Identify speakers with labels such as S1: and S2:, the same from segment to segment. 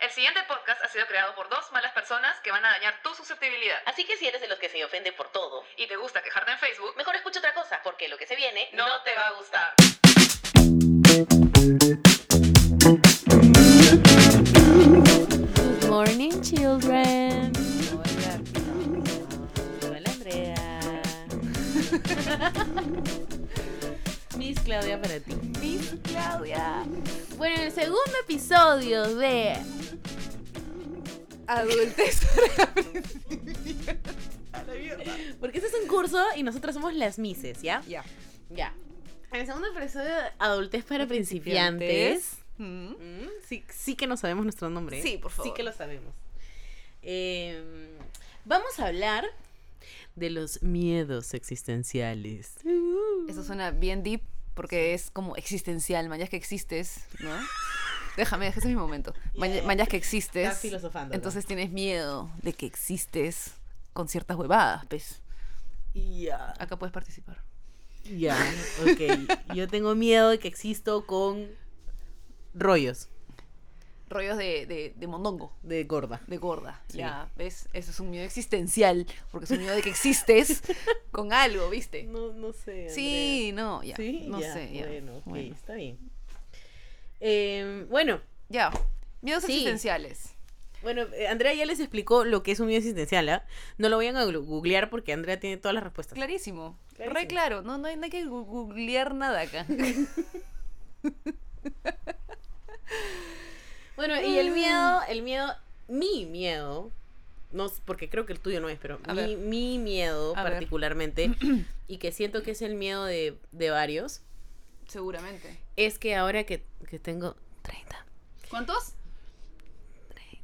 S1: El siguiente podcast ha sido creado por dos malas personas que van a dañar tu susceptibilidad.
S2: Así que si eres de los que se ofende por todo,
S1: Y te gusta quejarte en Facebook,
S2: mejor escucha otra cosa, porque lo que se viene
S1: no, te va a gustar.
S3: Good morning, children.
S2: Hola, Andrea. Miss Claudia para ti.
S3: Miss Claudia. Bueno, en el segundo episodio de Adultez Porque este es un curso y nosotras somos las Misses, ¿ya?
S4: Ya.
S3: Ya. En el segundo episodio de Adultez para principiantes. Mm, sí, sí que no sabemos nuestro nombre. ¿eh?
S4: Sí, por favor.
S3: Sí que lo sabemos. Eh, vamos a hablar de los miedos existenciales.
S4: Eso suena bien deep porque es como existencial. Mañana que existes, ¿no? Déjame, ese es mi momento. Mañana
S3: Está
S4: que existes.
S3: filosofando.
S4: Entonces tienes miedo de que existes con ciertas huevadas, pues.
S3: Ya.
S4: Acá puedes participar.
S3: Ya, ok. Yo tengo miedo de que existo con rollos
S4: Rollos de, de, de mondongo,
S3: de gorda.
S4: de gorda.
S3: Sí.
S4: Ya, ¿ves? Eso es un miedo existencial porque es un miedo de que existes con algo, ¿viste?
S3: No, no sé.
S4: Sí, no, ya.
S3: Sí,
S4: no
S3: ya,
S4: sé, ya.
S3: Bueno, ok,
S4: Bueno.
S3: está bien. Eh, bueno,
S4: Ya. Miedos
S3: Sí.
S4: existenciales.
S3: bueno, eh, Andrea ya les explicó lo que es un miedo existencial, ¿ah? No lo vayan a glu- googlear porque Andrea tiene todas las respuestas.
S4: Clarísimo. Re
S3: Clarísimo.
S4: claro. No, no, hay, no hay que gu- googlear nada acá.
S3: Bueno, y el miedo,
S4: Ah.
S3: el miedo, mi miedo, no s- porque creo que el tuyo no es, pero
S4: A
S3: mi,
S4: ver.
S3: mi miedo
S4: A ver.
S3: particularmente, y que siento que es el miedo de, de varios,
S4: Seguramente.
S3: es que ahora que, que tengo 30.
S4: ¿Cuántos?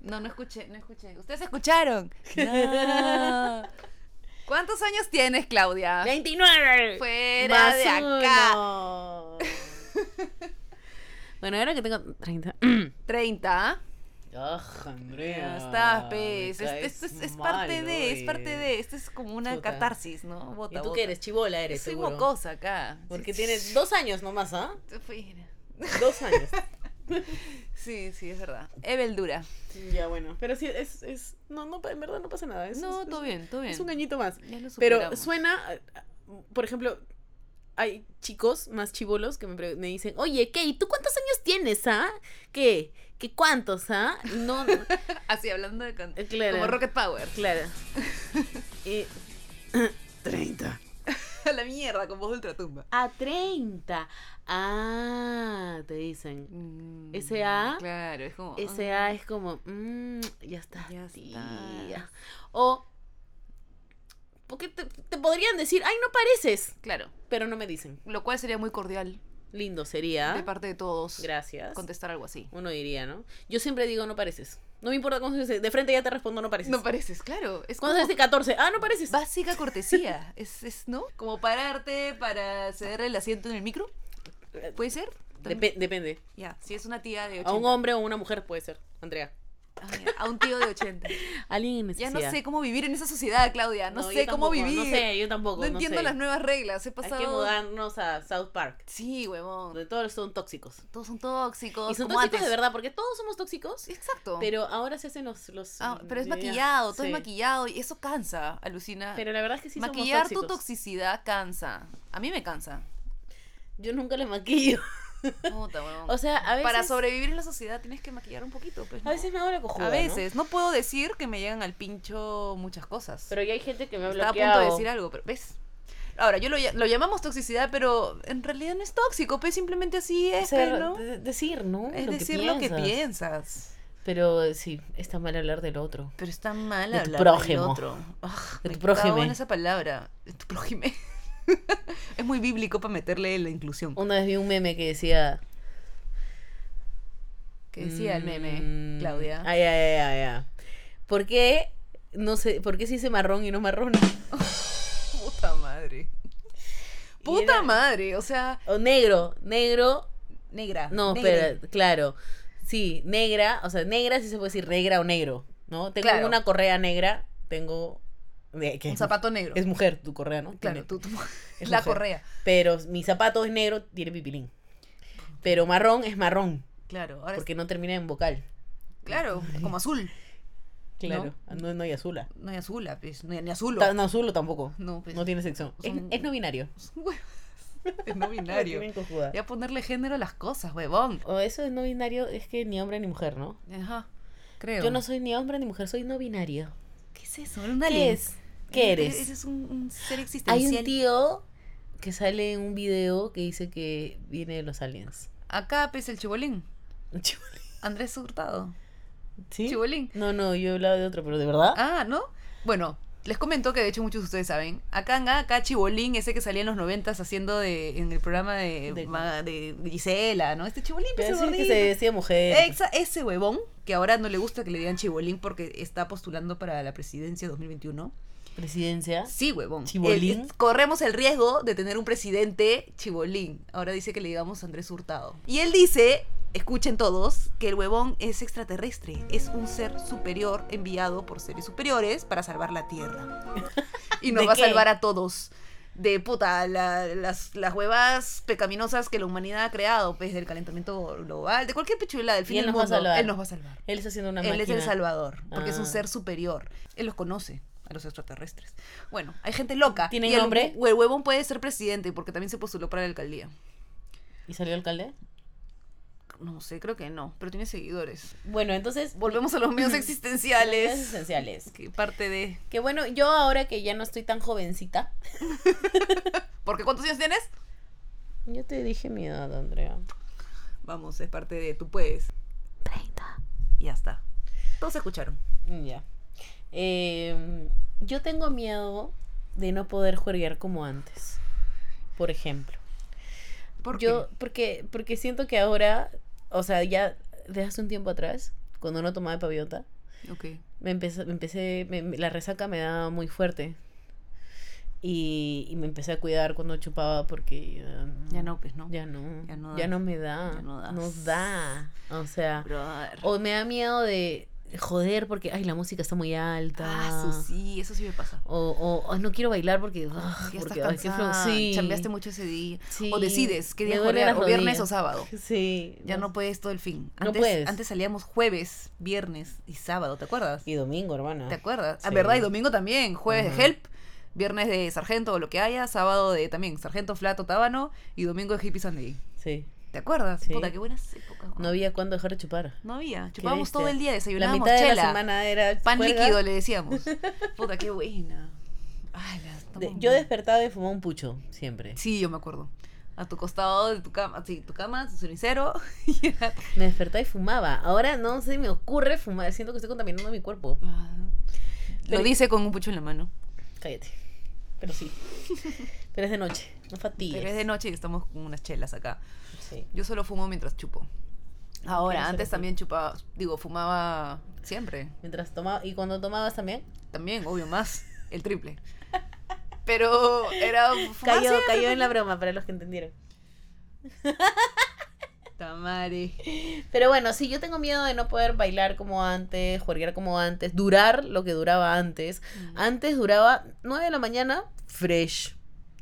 S4: No, no escuché, no escuché. ¿Ustedes escucharon? No. ¿Cuántos años tienes, Claudia?
S3: 29.
S4: Ah. Fuera de acá.
S3: uno. bueno, ahora que tengo 30.
S4: 30.
S3: Ugh, Andrea.
S4: Ya estás, pues.
S3: Ah, me
S4: Es-
S3: caes
S4: Esto es, es
S3: mal,
S4: parte de, es
S3: oye.
S4: parte de. Esto es como una
S3: Chuta.
S4: catarsis, ¿no? Bota,
S3: ¿Y tú
S4: bota.
S3: que eres chivola
S4: Yo
S3: eres
S4: Soy
S3: seguro.
S4: mocosa acá.
S3: Porque
S4: Sí,
S3: tienes dos años nomás, ¿ah?
S4: fuera.
S3: Dos años.
S4: Sí, sí, es verdad. Eveldura.
S3: ya, bueno. Pero sí, es, es. No, no, en verdad no pasa nada. es-
S4: No,
S3: es-
S4: todo bien, todo bien.
S3: Es un añito más.
S4: Ya lo
S3: Pero
S4: superamos.
S3: suena, eh, por ejemplo, hay chicos más chivolos que me, pre- me dicen, oye, ¿qué? ¿Y tú cuántos años tienes, ah? ¿Qué? ¿Qué cuántos, ah? No,
S4: Así hablando de can-
S3: Eh, claro.
S4: como Rocket Power.
S3: claro. Eh, 30.
S4: A la mierda, con voz de ultratumba.
S3: A 30. Ah, te dicen.
S4: Mm,
S3: S.A..
S4: Claro, es como. ah,
S3: S.A. es como, "Mm, ya está.
S4: Ya
S3: tía".
S4: estás.
S3: O, porque te, te podrían decir, ay, no pareces,
S4: Claro,
S3: pero no me dicen.
S4: lo cual sería muy cordial
S3: Lindo sería.
S4: de parte de todos
S3: ¿Ah? Gracias.
S4: contestar algo así.
S3: Uno diría, ¿no? Yo siempre digo, no pareces. No me importa cómo se dice. De frente ya te respondo, no pareces.
S4: No pareces, claro. Es
S3: ¿Cuándo se dice 14? Ah, no pareces.
S4: básica cortesía. es, es, ¿no? Como pararte para ceder el asiento en el micro. ¿Puede ser? También-
S3: Depe- depende.
S4: Ya, si es una tía de 80.
S3: A un hombre o una mujer puede ser, Andrea.
S4: Ah, ya, a un tío de 80.
S3: Alguien en
S4: Ya
S3: necesidad.
S4: no sé cómo vivir en esa sociedad, Claudia. No,
S3: yo
S4: sé cómo
S3: tampoco,
S4: vivir.
S3: No sé, yo tampoco.
S4: No entiendo
S3: sé.
S4: las nuevas reglas. He pasado.
S3: Hay que mudarnos a South Park.
S4: Sí, huevón.
S3: Donde todos son tóxicos.
S4: Todos son tóxicos.
S3: Y son
S4: como
S3: tóxicos
S4: antes.
S3: de verdad, porque todos somos tóxicos.
S4: Exacto.
S3: Pero ahora se hacen los. los
S4: Ah, pero es
S3: ya,
S4: maquillado, todo
S3: sí.
S4: es maquillado y eso cansa, alucina.
S3: Pero la verdad es que sí
S4: Maquillar
S3: somos
S4: tu
S3: tóxicos.
S4: toxicidad cansa. A mí me cansa.
S3: Yo nunca les maquillo.
S4: Puta, huevón.
S3: O sea, a veces.
S4: Para sobrevivir en la sociedad tienes que maquillar un poquito. Pues,
S3: A
S4: ¿no?
S3: veces me hago la cojuda.
S4: A
S3: ¿no?
S4: veces. ¿no? puedo decir que me llegan al pincho muchas cosas.
S3: Pero ya hay gente que me ha
S4: Estaba a
S3: bloqueado.
S4: punto de decir algo, pero ¿ves? Ahora, yo lo, ll- lo llamamos toxicidad, pero en realidad no es tóxico, pues simplemente así es,
S3: Ser-
S4: pues, ¿no?
S3: de- decir, ¿no?
S4: Es
S3: Lo que
S4: decir lo que
S3: piensas.
S4: piensas.
S3: Pero sí, está mal hablar del otro.
S4: Pero está mal
S3: De tu
S4: hablar del
S3: prójimo.
S4: otro. Ugh,
S3: De
S4: me
S3: tu prójime.
S4: cago en esa palabra. De tu prójime. es muy bíblico para meterle la inclusión.
S3: Una vez vi un meme que decía.
S4: Que decía el meme,
S3: mm,
S4: Claudia.
S3: Ay, ay, ay, ay, ay. ¿Por qué? No sé, ¿por qué se dice marrón y no marrón?
S4: puta madre.
S3: Y
S4: Puta
S3: era-
S4: madre, o sea,
S3: O negro, negro.
S4: negra.
S3: No,
S4: negra.
S3: espera, claro. Sí, negra, o sea, negra sí se puede decir negra o negro, ¿no? Tengo
S4: Claro.
S3: una correa negra, tengo. eh, que
S4: Un
S3: es-
S4: zapato negro.
S3: Es mujer tu correa, ¿no?
S4: claro,
S3: Tiene-
S4: tú, tú-
S3: es
S4: la
S3: mujer.
S4: correa.
S3: Pero mi zapato es negro, tiene pipilín. Pero marrón es marrón,
S4: Claro, ahora es-
S3: porque no termina en vocal.
S4: Claro, como azul.
S3: Claro. Ah, No, no hay azula.
S4: No hay azula, pues, no hay ni azulo.
S3: Ta- No, azulo tampoco.
S4: No, pues.
S3: No tiene sección. Es,
S4: Son-
S3: es no binario.
S4: Es no binario.
S3: Tienen cojuda.
S4: Voy a ponerle género a las cosas, huevón.
S3: O eso de no binario es que ni hombre ni mujer, ¿no?
S4: Ajá. Creo.
S3: Yo no soy ni hombre ni mujer, soy no binario.
S4: ¿Qué es eso? Un alien.
S3: ¿Qué es? ¿Qué
S4: Ese
S3: eres?
S4: es un, un ser
S3: Hay
S4: existencial.
S3: un tío que sale en un video que dice que viene de los aliens.
S4: Acá pues el chibolín.
S3: Chibolín.
S4: Andrés Hurtado.
S3: ¿Sí?
S4: Chibolín.
S3: No, no, yo he hablado de otro, pero de verdad.
S4: Ah, ¿no? Bueno, les comento que de hecho muchos de ustedes saben. Acá en acá Chibolín, ese que salía en los noventas haciendo de, en el programa de,
S3: De-
S4: ma- de Gisela, ¿no? Este Chibolín, pues,
S3: pero
S4: ese
S3: sí que
S4: gordito.
S3: se decía mujer.
S4: Exa- ese huevón que ahora no le gusta que le digan Chibolín porque está postulando para la presidencia 2021.
S3: Presidencia.
S4: Sí, huevón.
S3: Chibolín.
S4: El- es- Eh, corremos el riesgo de tener un presidente chibolín. Ahora dice que le digamos Andrés Hurtado. Y él dice, escuchen todos, que el huevón es extraterrestre. Es un ser superior enviado por seres superiores para salvar la Tierra. Y nos
S3: ¿De
S4: va
S3: qué?
S4: a salvar a todos. De puta, la- las, las huevas pecaminosas que la humanidad ha creado, pues del calentamiento global, de cualquier pichula del fin
S3: Y él
S4: del
S3: nos va a
S4: mundo.
S3: salvar.
S4: Él nos va a salvar.
S3: Él está haciendo una
S4: Él
S3: máquina.
S4: es el salvador, porque es
S3: Ah.
S4: un ser superior. Él los conoce a los extraterrestres. Bueno, hay gente loca.
S3: ¿Tienen
S4: y el,
S3: nombre?
S4: hue- el huevón puede ser presidente, porque también se postuló para la alcaldía.
S3: ¿Y salió alcalde?
S4: No sé, creo que no, pero tiene seguidores.
S3: Bueno, entonces.
S4: Volvemos a los medios
S3: Esenciales.
S4: existenciales.
S3: Esenciales.
S4: que parte de...
S3: Que bueno, yo ahora que ya no estoy tan jovencita.
S4: ¿Por qué cuántos años tienes?
S3: Yo te dije mi edad, Andrea.
S4: Vamos, es parte de tú puedes. 30. Ya está. Todos escucharon.
S3: Ya. Eh, yo tengo miedo de no poder jueguear como antes. Por ejemplo.
S4: ¿Por
S3: yo, porque, porque siento que ahora, o sea, ya desde hace un tiempo atrás, cuando no tomaba paviota,
S4: qué? Ok.
S3: me empecé, me empecé me- me- la resaca me daba muy fuerte. Y, y me empecé a cuidar cuando chupaba porque... eh,
S4: Ya no, pues, ¿no?
S3: Ya no. Ya
S4: Ya
S3: no,
S4: no
S3: me da.
S4: Ya no das.
S3: no da. O sea,
S4: Brother.
S3: o me da miedo de joder porque, ay, la música está muy alta.
S4: Ah, eso sí, eso sí me pasa.
S3: O, o, "Ay, no quiero bailar porque. ugh,
S4: Ya
S3: porque,
S4: estás
S3: ay, qué flojo".
S4: cansada,
S3: Sí.
S4: chambeaste mucho ese día.
S3: Sí.
S4: O decides qué día
S3: Me duelen
S4: jodear,
S3: las
S4: o viernes o
S3: rodillas.
S4: sábado.
S3: Sí.
S4: Ya no puedes todo el fin.
S3: No
S4: Antes,
S3: puedes.
S4: antes salíamos jueves, viernes y sábado, ¿te acuerdas?
S3: Y domingo, hermana.
S4: ¿Te acuerdas? Ah,
S3: Sí.
S4: verdad, y domingo también. Jueves
S3: Ajá.
S4: de help, viernes de sargento o lo que haya, sábado de también sargento, flato, tábano y domingo de hippie sunday.
S3: Sí.
S4: ¿Te acuerdas?
S3: Sí.
S4: Puta, qué buenas épocas.
S3: No
S4: No,
S3: había cuándo dejar de chupar.
S4: no había.
S3: Qué
S4: Chupábamos todo
S3: bestia.
S4: el día,
S3: La
S4: desayunábamos
S3: mitad de la
S4: chela.
S3: semana era.
S4: pan
S3: juerga.
S4: líquido le decíamos. Puta, qué buena. Ay, la-
S3: De-
S4: estamos
S3: Yo
S4: bien.
S3: despertaba y fumaba un pucho, siempre.
S4: Sí, yo me acuerdo. A tu costado de tu cama, sí, tu cama, tu cenicero. y era-
S3: Me despertaba y fumaba. Ahora no se me ocurre fumar. Siento que estoy contaminando mi cuerpo. Pero-
S4: Lo dice con un pucho en la mano.
S3: Cállate. Pero sí. Pero es de noche. No fatigues.
S4: Pero es de noche y estamos con unas chelas acá.
S3: Sí.
S4: Yo solo fumo mientras chupo. Ahora,
S3: Quiero
S4: antes
S3: ser
S4: también chupaba, digo, fumaba siempre.
S3: Mientras tomaba. ¿Y cuando tomabas también?
S4: También, obvio, más, el triple. Pero era fumar
S3: Cayó,
S4: siempre. pues.
S3: cayó en la broma para los que entendieron.
S4: Tamare.
S3: Pero bueno, sí, yo tengo miedo de no poder bailar como antes, jugar como antes, durar lo que duraba antes.
S4: Mm.
S3: Antes duraba 9 de la mañana, fresh.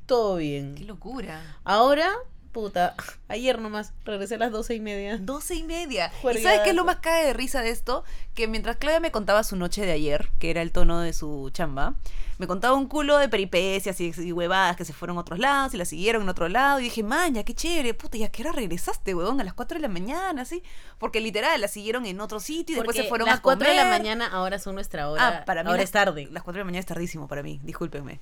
S3: Todo
S4: Qué
S3: bien.
S4: locura.
S3: Ahora, puta, ayer nomás regresé a las doce y media.
S4: Doce y media. ¿Y sabes
S3: Juergadazo.
S4: qué es lo más cae de risa de esto? Que mientras Claudia me contaba su noche de ayer, que era el tono de su chamba, me contaba un culo de peripecias y, y huevadas que se fueron a otros lados y la siguieron en otro lado. Y dije, maña, qué chévere, puta, ¿y a qué hora regresaste, huevón? A las 4 de la mañana, así. Porque literal, la siguieron en otro sitio y después
S3: Porque
S4: se fueron
S3: las
S4: a comer.
S3: cuatro de la mañana ahora son nuestra hora.
S4: Ah, para mí
S3: ahora
S4: las-
S3: es tarde.
S4: Las 4 de la mañana es tardísimo para mí, discúlpenme.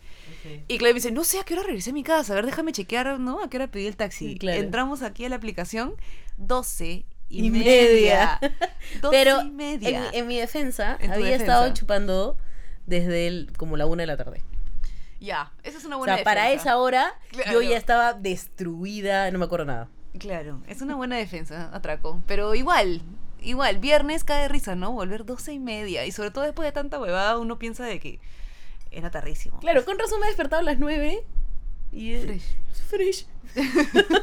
S4: Y Claudia me dice, no sé a qué hora regresé a mi casa, a ver, déjame chequear, ¿no? ¿A qué hora pedí el taxi?
S3: Sí, claro.
S4: Entramos aquí a la aplicación, 12 y,
S3: Y media.
S4: media. 12
S3: Pero
S4: y
S3: en,
S4: media.
S3: mi- en mi defensa,
S4: En tu
S3: había
S4: defensa.
S3: estado chupando desde el- como la una de la tarde.
S4: Ya, esa es una
S3: O
S4: buena
S3: sea, para
S4: defensa.
S3: esa hora yo
S4: Claro.
S3: ya estaba destruida, no me acuerdo nada.
S4: Claro, es una buena defensa, atraco. Pero igual, igual, viernes cae de risa, ¿no? Volver 12 y media. Y sobre todo después de tanta huevada, uno piensa de que era tardísimo.
S3: Claro, con razón me he despertado a las 9 y
S4: Fresh.
S3: fresh.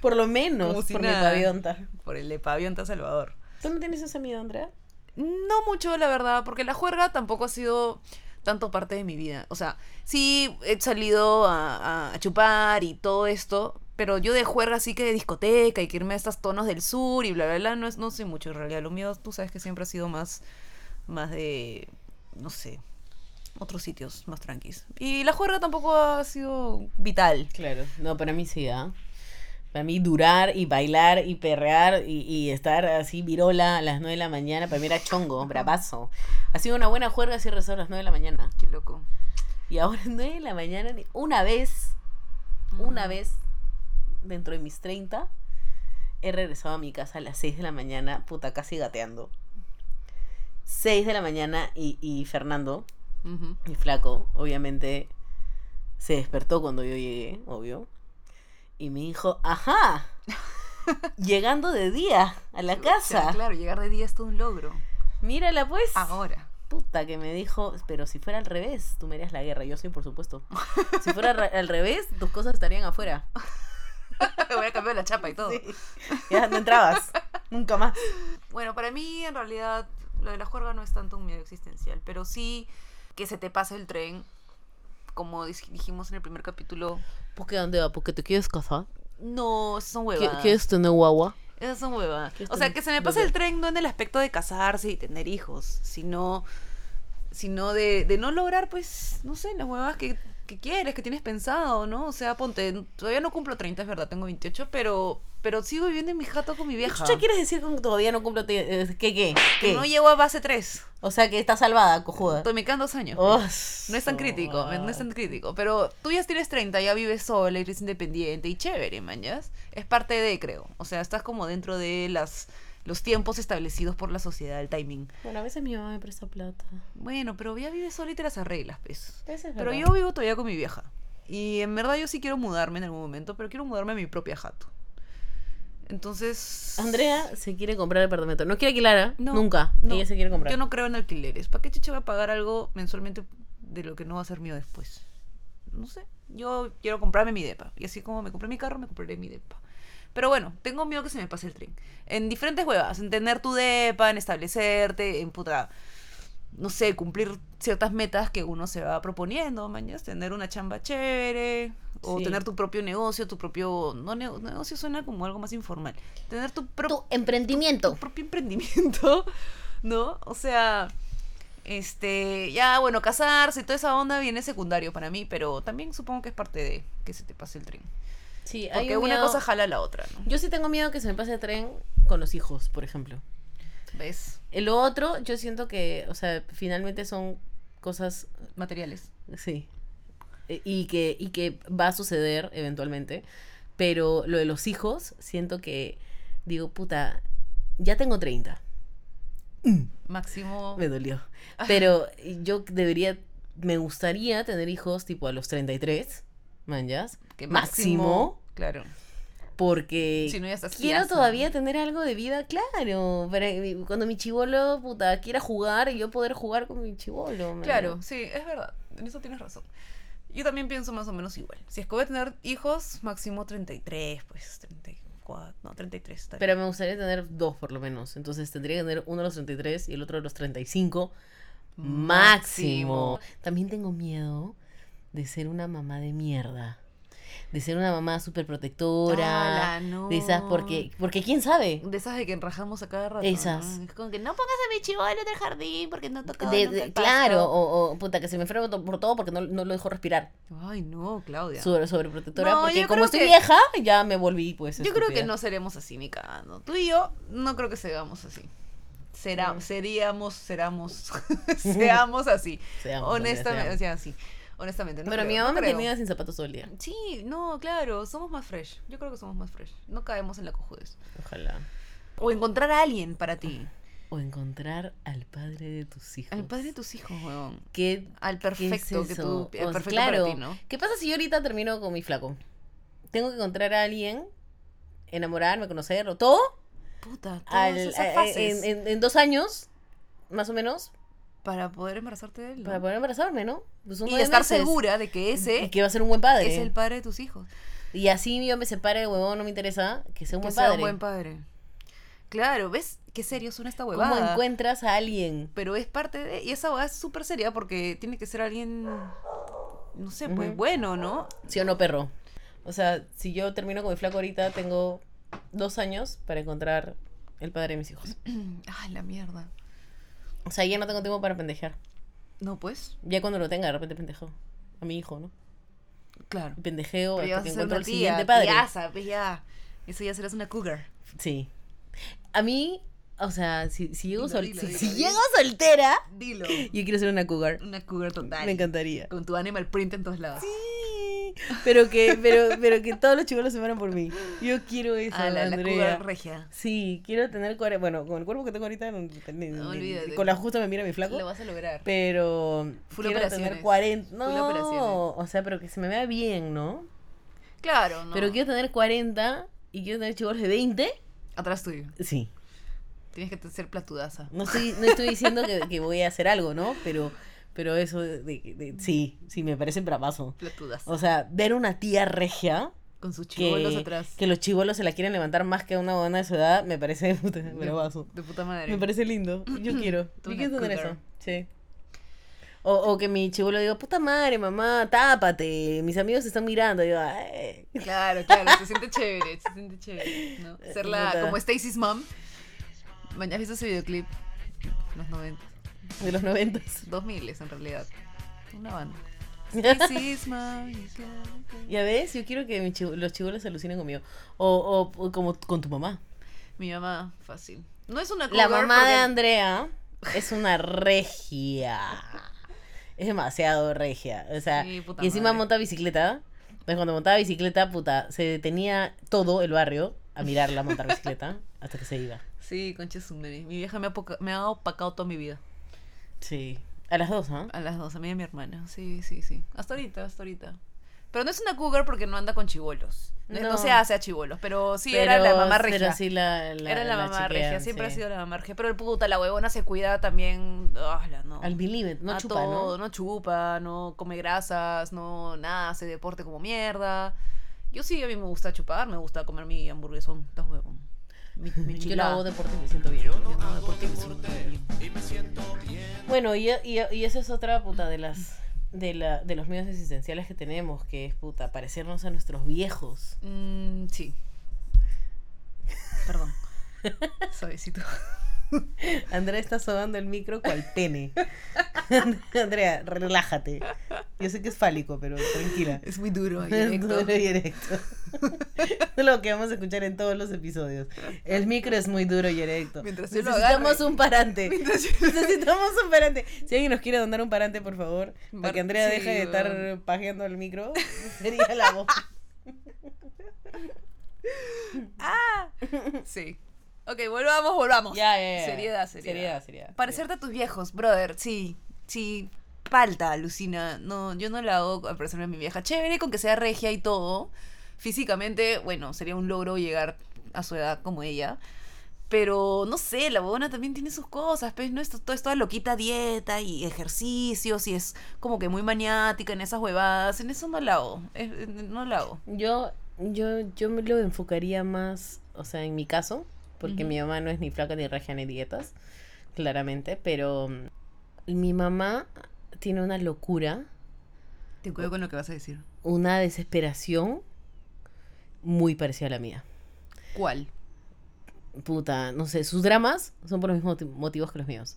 S3: por lo menos,
S4: Como si
S3: por mi
S4: nada.
S3: pavionta.
S4: Por el de Pavionta Salvador.
S3: ¿Tú no tienes ese miedo, Andrea?
S4: No mucho, la verdad, porque la juerga tampoco ha sido tanto parte de mi vida. O sea, sí he salido a, a- a chupar y todo esto, Pero yo de juerga así que de discoteca y que irme a estos tonos del sur y bla, bla, bla, no, es, no soy mucho en realidad. Lo mío, tú sabes que siempre ha sido más, más de, no sé, otros sitios más tranquis. Y la juerga tampoco ha sido vital.
S3: Claro, no, para mí sí, ¿ah? Para mí durar y bailar y perrear y, y estar así virola a las 9 de la mañana, para mí era chongo, bravazo. Ha sido una buena juerga así rezar a las 9 de la mañana.
S4: Qué loco.
S3: Y ahora 9 de la mañana, ni- una vez, una vez, dentro de mis 30, he regresado a mi casa a las 6 de la mañana, puta, casi gateando. 6 de la mañana y, y Fernando,
S4: Ujú.
S3: mi flaco, obviamente, se despertó cuando yo llegué, obvio. Y me dijo, ajá, llegando de día a la
S4: Chucha,
S3: casa.
S4: Claro, llegar de día es todo un logro.
S3: Mírala pues.
S4: Ahora.
S3: Puta que me dijo, pero si fuera al revés, tú me harías la guerra. Yo sí, por supuesto. Si fuera re- al revés, tus cosas estarían afuera.
S4: Voy a cambiar la chapa y todo.
S3: Sí. Ya no entrabas. Nunca más.
S4: Bueno, para mí en realidad lo de la juerga no es tanto un miedo existencial, pero sí que se te pase el tren, como dij- dijimos en el primer capítulo.
S3: ¿Por qué dónde va? Porque te quieres casar.
S4: No, esas son
S3: ¿Qué,
S4: huevadas.
S3: qué es tener guagua?
S4: Esas son huevadas.
S3: ¿Qué es
S4: O sea,
S3: tener-
S4: que se me pase
S3: bebé?
S4: el tren no en el aspecto de casarse y tener hijos, sino, sino de, de no lograr, pues, no sé, las huevadas que, que quieres, que tienes pensado, ¿no? O sea, ponte, todavía no cumplo 30, es verdad, tengo 28, pero, pero sigo viviendo en mi jato con mi
S3: ¿Qué
S4: vieja.
S3: chucha quieres decir con que todavía no cumplo? te- eh, ¿Qué, qué?
S4: Que
S3: ¿Qué?
S4: no llego a base 3.
S3: O sea, que está salvada, cojuda.
S4: Me quedan dos años.
S3: Oh,
S4: No es tan crítico, me- no es tan crítico. Pero tú ya tienes 30, ya vives sola, eres independiente y chévere, mañas. Es parte de, creo. O sea, estás como dentro de las los tiempos establecidos por la sociedad, el timing.
S3: Bueno, a veces mi mamá me presta plata.
S4: Bueno, pero ya vives sola y te las arreglas, pues.
S3: Eso es
S4: Pero
S3: verdad.
S4: yo vivo todavía con mi vieja. Y en verdad yo sí quiero mudarme en algún momento, pero quiero mudarme a mi propia jato. Entonces...
S3: Andrea se quiere comprar el apartamento. No quiere alquilar, ¿ah?
S4: No,
S3: Nunca.
S4: no.
S3: Ella se quiere comprar.
S4: Yo no creo en alquileres. ¿Para qué chicha voy a pagar algo mensualmente de lo que no va a ser mío después? No sé. Yo quiero comprarme mi depa. Y así como me compré mi carro, me compraré mi depa. Pero bueno, tengo miedo que se me pase el tren. En diferentes huevas. En tener tu depa, en establecerte, en puta. No sé, cumplir ciertas metas que uno se va proponiendo, mañana tener una chamba chévere, o
S3: Sí.
S4: tener tu propio negocio, tu propio. No, nego- negocio suena como algo más informal. Tener tu propio
S3: Tu emprendimiento.
S4: tu propio emprendimiento, ¿no? O sea, este, ya, bueno, casarse, toda esa onda viene secundario para mí, pero también supongo que es parte de que se te pase el tren.
S3: Sí, hay
S4: Porque
S3: un
S4: una
S3: miedo-
S4: cosa jala a la otra, ¿no?
S3: Yo sí tengo miedo que se me pase el tren con los hijos, por ejemplo.
S4: ¿Ves?
S3: El otro, yo siento que, o sea, finalmente son cosas,
S4: Materiales.
S3: sí, e- y que, y que va a suceder eventualmente, pero lo de los hijos, siento que, digo, puta, ya tengo 30,
S4: Máximo.
S3: me dolió, pero yo debería, me gustaría tener hijos tipo a los 33, manjas,
S4: que
S3: máximo,
S4: Claro.
S3: porque...
S4: Si no, ya estás
S3: Quiero
S4: tiesa.
S3: todavía tener algo de vida, claro. Para que mi- cuando mi chivolo, puta, quiera jugar, yo poder jugar con mi chivolo. man.
S4: Claro, sí, es verdad. En eso tienes razón. Yo también pienso más o menos igual. Si es que voy a tener hijos, máximo 33, pues 34, no, 33. está
S3: Pero me gustaría tener dos por lo menos. Entonces tendría que tener uno de los 33 y el otro de los 35
S4: bien.
S3: máximo. También tengo miedo de ser una mamá de mierda. De ser una mamá súper protectora.
S4: Ala, Ah, no.
S3: De esas porque, porque quién sabe.
S4: De esas de que enrajamos a cada rato.
S3: Esas.
S4: ¿no? Es como que no pongas a mi chivolo en el jardín porque no toca.
S3: De- de- claro, o, o, puta, que se me enferma to- por todo porque no, no lo dejo respirar.
S4: Ay, no, Claudia.
S3: Sobre, sobreprotectora.
S4: No, yo
S3: porque
S4: creo
S3: como estoy
S4: que-
S3: vieja, ya me volví, pues.
S4: yo creo que
S3: estúpida.
S4: no seremos así ni cagando. Tú y yo no creo que seamos así. Será,
S3: No.
S4: Seríamos, seramos, seamos así.
S3: Seamos,
S4: Honestamente,
S3: Andrea,
S4: o sea, sí. Honestamente, no
S3: Pero
S4: creo,
S3: mi mamá
S4: no
S3: me
S4: creo.
S3: tenía sin zapatos todo el día.
S4: Sí, no, claro, somos más fresh. Yo creo que somos más fresh. No caemos en la cojudez.
S3: Ojalá.
S4: O encontrar a alguien para ti.
S3: O encontrar al padre de tus hijos.
S4: Al padre de tus hijos, weón.
S3: ¿Qué,
S4: Al
S3: qué es
S4: perfecto que tú.
S3: eso?
S4: al
S3: O-
S4: perfecto
S3: claro.
S4: para ti, ¿no?
S3: ¿Qué pasa si yo ahorita termino con mi flaco? Tengo que encontrar a alguien, enamorarme, conocerlo, todo.
S4: Puta, todas
S3: al-
S4: esas
S3: a- a-
S4: fases
S3: en, en- en dos años, más o menos,
S4: para poder embarazarte de él. ¿no?
S3: para poder embarazarme, ¿no? Pues son
S4: y
S3: nueve
S4: estar
S3: meses.
S4: segura de que ese
S3: Y que va a ser un buen padre.
S4: es el padre de tus hijos.
S3: Y así yo me separe, huevón, no me interesa. Que sea un
S4: que
S3: buen
S4: sea
S3: padre.
S4: un buen padre. Claro, ¿ves? Qué serio suena esta
S3: ¿Cómo
S4: huevada.
S3: encuentras a alguien?
S4: Pero es parte de. Y esa huevada es súper seria porque tiene que ser alguien. No sé, pues
S3: Ujú.
S4: bueno, ¿no?
S3: ¿Sí o no, perro? O sea, si yo termino con mi flaco ahorita, tengo dos años para encontrar el padre de mis hijos.
S4: Ay, la mierda.
S3: O sea, ya no tengo tiempo para pendejear.
S4: No, pues,
S3: Ya cuando lo tenga, de repente pendejo. A mi hijo, ¿no?
S4: claro.
S3: Y Pendejeo
S4: Pero ya
S3: hasta
S4: vas
S3: que
S4: a ser
S3: encuentro
S4: una
S3: el
S4: tía,
S3: siguiente padre.
S4: tiaza, pues ya. Eso ya serás una cougar.
S3: Sí. A mí, o sea, si, si llego,
S4: Dilo,
S3: sol-
S4: dilo,
S3: si,
S4: dilo,
S3: si
S4: dilo.
S3: llego soltera,
S4: Dilo.
S3: yo quiero ser una cougar.
S4: Una cougar total.
S3: Me encantaría.
S4: Con tu animal print en todos lados.
S3: Sí. Pero que, pero, pero que todos los chicos se mueran por mí. Yo quiero eso,
S4: a la, la
S3: Andrea.
S4: cougar regia.
S3: Sí, quiero tener cuare- Bueno, con el cuerpo que tengo ahorita, no- ni- ni-
S4: Olvídate.
S3: con la justa me mira mi flaco.
S4: Lo vas a lograr.
S3: Pero
S4: Full
S3: quiero
S4: operaciones.
S3: tener 40.
S4: Full operaciones.
S3: No, o sea, pero que se me vea bien, ¿no?
S4: Claro, no.
S3: Pero quiero tener 40 y quiero tener chicos de 20.
S4: Atrás tuyo.
S3: Sí.
S4: Tienes que ser platudaza.
S3: No estoy, no estoy diciendo que, que voy a hacer algo, ¿no? Pero, pero eso, de, de- de- sí, sí, me parece bravazo.
S4: Platudaza.
S3: O sea, ver una tía regia
S4: Con sus chibolos
S3: que,
S4: atrás.
S3: que los chivolos se la quieren levantar más que a una buena de su edad, me parece puta,
S4: De-
S3: bravazo.
S4: De puta madre.
S3: Me parece lindo. Yo quiero. Yo
S4: Tú una
S3: quiero tener
S4: cougar.
S3: eso. Sí. O, o que mi chivolo diga, puta madre, mamá, tápate. Mis amigos se están mirando. Yo, "Ay".
S4: Claro, claro, se siente chévere, se siente chévere, ¿no? Ser la,
S3: Eh, Puta.
S4: como Stacy's mom. Mañana has visto ese videoclip, los 90,
S3: de los noventas.
S4: 2000 en realidad, una banda. Stacy's mom. you got it.
S3: Ya ves, yo quiero que mi chivo- los chivolos se alucinen conmigo. O, o- o como con tu mamá.
S4: Mi mamá, fácil. No es una
S3: La
S4: cougar
S3: mamá de
S4: porque-
S3: Andrea es una regia. Es demasiado regia. O sea,
S4: Sí, puta
S3: y encima
S4: madre.
S3: monta bicicleta. Entonces cuando montaba bicicleta, puta, se detenía todo el barrio a mirarla montar bicicleta hasta que se iba.
S4: Sí, concha su madre. Mi vieja me ha, poca- me ha opacado toda mi vida.
S3: Sí. A las dos, ¿ah?
S4: A las dos, a mí y a mi hermana. Sí, sí, sí. Hasta ahorita, hasta ahorita. Pero no es una cougar porque no anda con chibolos. No, no
S3: No.
S4: se hace a chibolos, pero sí era la mamá regia.
S3: Pero sí la, la-
S4: Era la, mamá regia,
S3: chequean,
S4: siempre ha
S3: sí.
S4: sido la mamá regia. Pero el puta, la huevona se cuida también. ala, no.
S3: Al milímetro, no
S4: A
S3: chupa,
S4: todo,
S3: ¿no?
S4: chupa, no come grasas, no nada, hace deporte como mierda. Yo sí, a mí me gusta chupar, me gusta comer mi hamburguesón, estás huevón. Mi, mi
S3: Yo lo
S4: enchilada.
S3: hago deporte y me siento bien.
S4: Yo no hago deporte, me siento bien.
S3: Bueno, y, y, y esa es otra puta de las de, la, de los miedos existenciales que tenemos, que es puta, parecernos a nuestros viejos.
S4: Mm, sí. Perdón. Suavecito.
S3: Andrea está sobando el micro cual pene. Andrea, relájate. Yo sé que es fálico, pero tranquila.
S4: Es muy duro.
S3: Duro
S4: directo.
S3: y directo. Es lo que vamos a escuchar en todos los episodios. El micro es muy duro y erecto.
S4: Mientras yo lo
S3: Necesitamos
S4: agarre.
S3: un parante.
S4: Mientras yo-
S3: Necesitamos un parante. Si alguien nos quiere donar un parante, por favor, para
S4: Bar-
S3: que Andrea
S4: sí,
S3: deje de estar
S4: weón.
S3: pajeando el micro, sería la voz.
S4: Sí. Ok, volvamos, volvamos.
S3: Ya, ya, ya.
S4: Seriedad, seriedad.
S3: Seriedad, seriedad.
S4: Parecerte a tus viejos, brother. Sí, sí. Falta, Lucina. No, yo no la hago a parecerme a mi vieja. Chévere con que sea regia y todo. Físicamente, bueno, sería un logro llegar a su edad como ella. Pero no sé, la bobona también tiene sus cosas, pues, ¿no? Esto, todo es toda loquita dieta y ejercicios y es como que muy maniática en esas huevadas. En eso no la hago. es- es- no la hago.
S3: Yo, yo, yo me lo enfocaría más, o sea, en mi caso, porque
S4: Ujú.
S3: mi mamá no es ni flaca ni regia ni dietas, claramente, pero mm, mi mamá tiene una locura,
S4: Te cuido con lo que vas a decir.
S3: una desesperación muy parecida a la mía.
S4: ¿Cuál?
S3: Puta, no sé, sus dramas son por los mismos moti- motivos que los míos.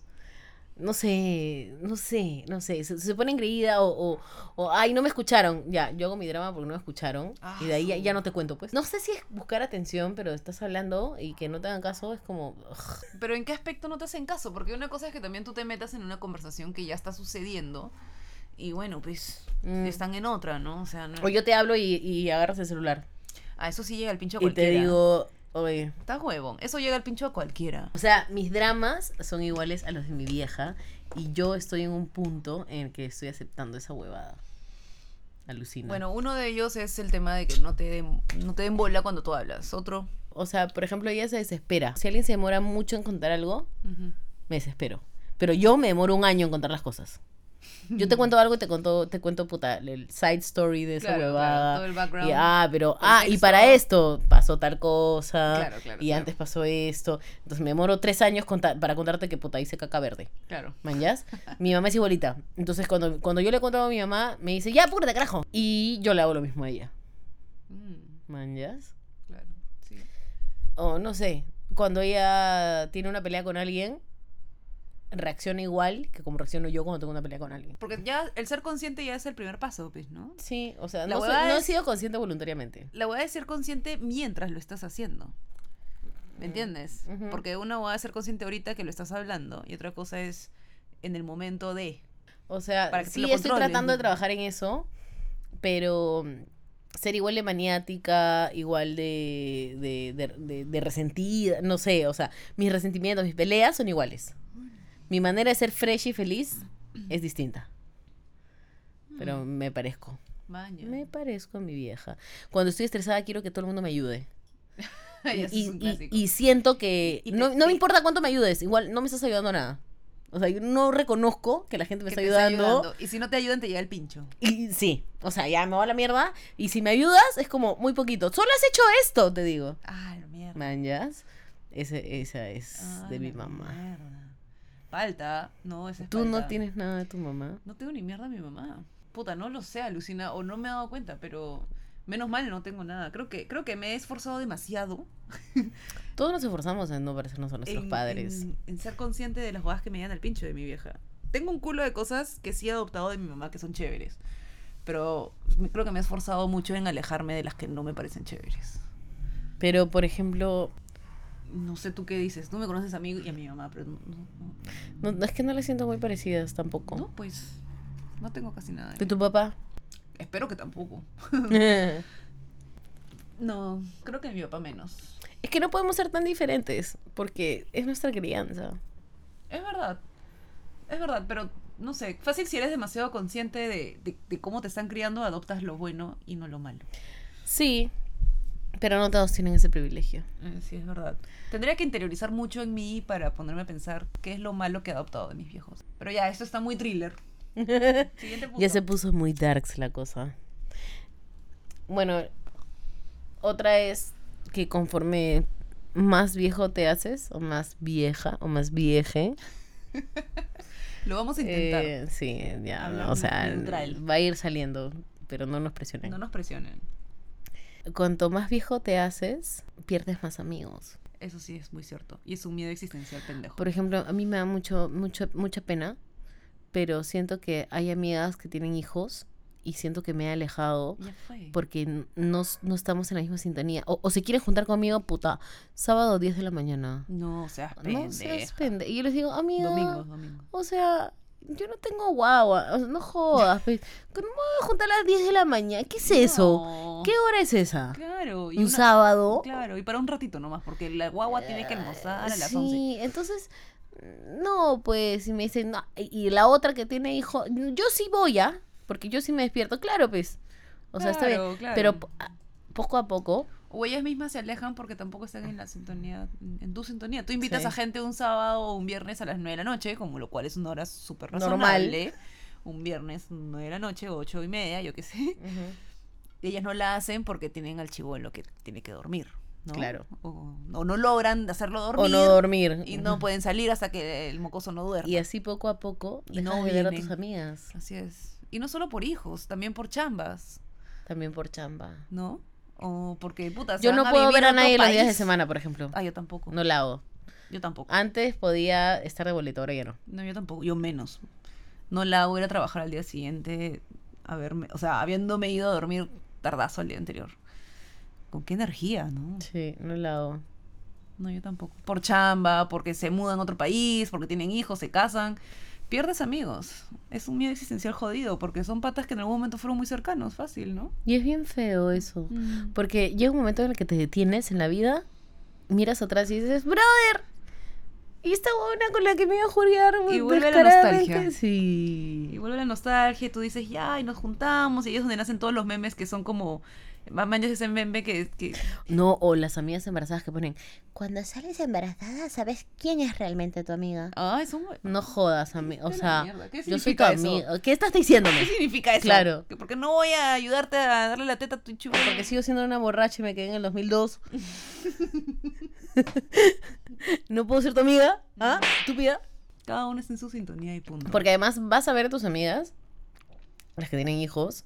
S3: No sé, no sé, no sé. Se, se pone engreída o, o, o, ay, no me escucharon. Ya, yo hago mi drama porque no me escucharon.
S4: Ah,
S3: y de ahí ya,
S4: su-
S3: ya no te cuento, pues. No sé si es buscar atención, pero estás hablando y que no te hagan caso es como. ugh.
S4: Pero ¿en qué aspecto no te hacen caso? Porque una cosa es que también tú te metas en una conversación que ya está sucediendo y bueno, pues
S3: Mm.
S4: están en otra, ¿no? O sea, no-
S3: O yo te hablo y, y agarras el celular.
S4: a eso sí llega el pincho a
S3: Y te
S4: cualquiera.
S3: digo, oye.
S4: Está huevón, eso llega el pincho a cualquiera.
S3: O sea, mis dramas son iguales a los de mi vieja. Y yo estoy en un punto en el que estoy aceptando esa huevada. Alucina.
S4: Bueno, uno de ellos es el tema de que no te den, no te den bola cuando tú hablas. Otro.
S3: O sea, por ejemplo, ella se desespera. Si alguien se demora mucho en contar algo,
S4: ujú.
S3: me desespero. Pero yo me demoro un año en contar las cosas. Yo te cuento algo y te cuento, te cuento puta, el side story de esa
S4: Claro, claro,
S3: huevada.
S4: todo el background,
S3: Y, ah, pero, ah, y
S4: contexto.
S3: para esto pasó tal cosa.
S4: Claro, claro,
S3: y
S4: claro.
S3: antes pasó esto. Entonces me demoro tres años conta- para contarte que puta hice caca verde.
S4: Claro.
S3: ¿Mañas? Mi mamá es igualita. Entonces cuando, cuando yo le he contado a mi mamá, me dice, ya, apúrate, carajo. Y yo le hago lo mismo a ella.
S4: Mm,
S3: Manjas.
S4: claro, sí.
S3: O no sé, cuando ella tiene una pelea con alguien, reacciona igual que como reacciono yo cuando tengo una pelea con alguien.
S4: Porque ya el ser consciente ya es el primer paso, pues, ¿no?
S3: Sí, o sea,
S4: La
S3: no, soy-
S4: huevada
S3: no he
S4: es-
S3: sido consciente voluntariamente.
S4: La hueá es ser consciente mientras lo estás haciendo. ¿Me entiendes?
S3: Mm, Ujú.
S4: Porque una hueá es ser consciente ahorita que lo estás hablando y otra cosa es en el momento de.
S3: O sea,
S4: Para que te
S3: sí
S4: lo
S3: estoy
S4: controlen.
S3: tratando de trabajar en eso, pero mm, ser igual de maniática, igual de, de, de- de- de resentida, no sé, o sea, mis resentimientos, mis peleas son iguales. Mi manera de ser fresh y feliz es distinta. Pero me parezco.
S4: Maña.
S3: Me parezco a mi vieja. Cuando estoy estresada quiero que todo el mundo me ayude.
S4: Ese es
S3: Y,
S4: un
S3: y-
S4: clásico.
S3: y siento que...
S4: Y te-
S3: no, no me importa cuánto me ayudes, igual no me estás ayudando a nada. O sea, yo no reconozco que la gente me
S4: Que
S3: está
S4: te está
S3: ayudando.
S4: ayudando. Y si no te ayudan, te llega el pincho.
S3: Y sí, o sea, ya me va a la mierda. Y si me ayudas, es como muy poquito. Solo has hecho esto, te digo.
S4: Ah, la mierda.
S3: Manjas. Ese, esa es
S4: Ah,
S3: de mi
S4: la
S3: mamá.
S4: mierda. Falta. No, esa es
S3: Tú no
S4: falta.
S3: tienes nada de tu mamá.
S4: No tengo ni mierda de mi mamá. Puta, no lo sé, alucina. O no me he dado cuenta, pero. Menos mal no tengo nada. Creo que, creo que me he esforzado demasiado
S3: Todos nos esforzamos en no parecernos a nuestros
S4: en-
S3: padres.
S4: En, en ser consciente de las huevas que me llegan al pincho de mi vieja. Tengo un culo de cosas que sí he adoptado de mi mamá que son chéveres. Pero me- creo que me he esforzado mucho en alejarme de las que no me parecen chéveres.
S3: Pero, por ejemplo,
S4: No sé tú qué dices. Tú me conoces a mí y a mi mamá, pero no. no- no.
S3: no, no, es que no le siento muy parecidas tampoco.
S4: No, pues. No tengo casi nada.
S3: ¿De tu papá?
S4: Espero que tampoco.
S3: es
S4: No, creo que mi papá menos.
S3: que no podemos ser tan diferentes porque es nuestra crianza.
S4: Es verdad. Es verdad, pero no sé. Fácil si eres demasiado consciente de, de- de cómo te están criando, adoptas lo bueno y no lo malo.
S3: Sí, pero no todos tienen ese privilegio.
S4: Eh, Sí, es verdad. Tendría que interiorizar mucho en mí para ponerme a pensar qué es lo malo que he adoptado de mis viejos. Pero ya, esto está muy thriller. Siguiente punto.
S3: Ya se puso muy darks la cosa. Bueno, otra es que conforme más viejo te haces, o más vieja, o más vieje.
S4: Lo vamos a intentar.
S3: eh, sí, ya,
S4: Hablar
S3: o sea,
S4: neutral.
S3: va a ir saliendo, pero no nos presionen.
S4: No nos presionen.
S3: Cuanto más viejo te haces, pierdes más amigos.
S4: Eso sí es muy cierto. Y es un miedo existencial pendejo.
S3: Por ejemplo, a mí me da mucho, mucho, mucha pena, pero siento que hay amigas que tienen hijos y siento que me he alejado.
S4: Ya fue.
S3: porque n- no, s- no estamos en la misma sintonía. O, o se quieren juntar conmigo, puta, sábado 10 de la mañana.
S4: No seas pendejo.
S3: No seas pende- Y yo les digo, amiga,
S4: Domingos, domingos.
S3: o sea, yo no tengo guagua, o sea, no jodas, pues, ¿cómo me voy a juntar a las 10 de la mañana? ¿Qué es eso?
S4: No.
S3: ¿Qué hora es esa?
S4: Claro. y
S3: ¿Un
S4: una-
S3: sábado?
S4: Claro, y para un ratito nomás, porque la guagua tiene que almorzar a las
S3: sí,
S4: 11.
S3: entonces, no, pues, y me dicen, no, y y la otra que tiene hijo, yo sí voy a, porque yo sí me despierto, claro, pues. O sea, está bien,
S4: Claro, claro.
S3: pero po- a- poco a poco
S4: O ellas mismas se alejan porque tampoco están en la sintonía, en tu sintonía. Tú invitas
S3: Sí.
S4: a gente un sábado o un viernes a las 9 de la noche, como lo cual es una hora súper
S3: Normal.
S4: razonable. Un viernes 9 de la noche, ocho y media, yo qué sé. Y ellas no la hacen porque tienen al chivolo que tiene que dormir, ¿no?
S3: Claro.
S4: O, o no logran hacerlo dormir.
S3: o no dormir.
S4: Y no
S3: Ujú.
S4: pueden salir hasta que el mocoso no duerma.
S3: Y así poco a poco
S4: Y
S3: dejas
S4: no
S3: de ver a tus
S4: vienen.
S3: amigas.
S4: Así es. Y no solo por hijos, también por chambas,
S3: También por chamba.
S4: ¿no? O porque, puta, se
S3: Yo
S4: van
S3: no puedo
S4: vivir
S3: ver a
S4: otro
S3: nadie los días de
S4: país.
S3: semana, por ejemplo.
S4: Ah, yo tampoco.
S3: No la hago.
S4: Yo tampoco.
S3: Antes podía estar de boleto, ahora ya no.
S4: No, yo tampoco, yo menos. No la hago ir a trabajar al día siguiente, haberme, o sea, habiéndome ido a dormir tardazo al día anterior. ¿Con qué energía, no?
S3: Sí, no la hago.
S4: No, yo tampoco. Por chamba, porque se mudan a otro país, porque tienen hijos, se casan. Pierdes amigos. Es un miedo existencial jodido, porque son patas que en algún momento fueron muy cercanos, fácil, ¿no?
S3: Y es bien feo eso.
S4: Mm.
S3: Porque llega un momento en el que te detienes en la vida, miras atrás y dices, brother, y esta huevona con la que me iba a jugar
S4: Y vuelve la
S3: descaradamente".
S4: nostalgia.
S3: Sí.
S4: Y vuelve la nostalgia y tú dices, ya, y nos juntamos, y ahí es donde nacen todos los memes que son como, más mañas ese meme que, que
S3: No, o las amigas embarazadas que ponen,
S5: Cuando sales embarazada, sabes quién es realmente tu amiga.
S4: ah, es un...
S3: no jodas, ami- o
S4: Vete
S3: sea,
S4: a la mierda. ¿Qué
S3: yo soy tu
S4: significa eso?
S3: amiga. ¿Qué estás diciéndome?
S4: ¿Qué significa eso?
S3: Claro.
S4: Que Porque no voy a ayudarte a darle la teta a tu chivo.
S3: Porque sigo siendo una borracha y me quedé en el 2002. no puedo ser tu amiga, ¿ah? Estúpida.
S4: Cada uno está en su sintonía y punto.
S3: Porque además vas a ver a tus amigas, las que tienen hijos,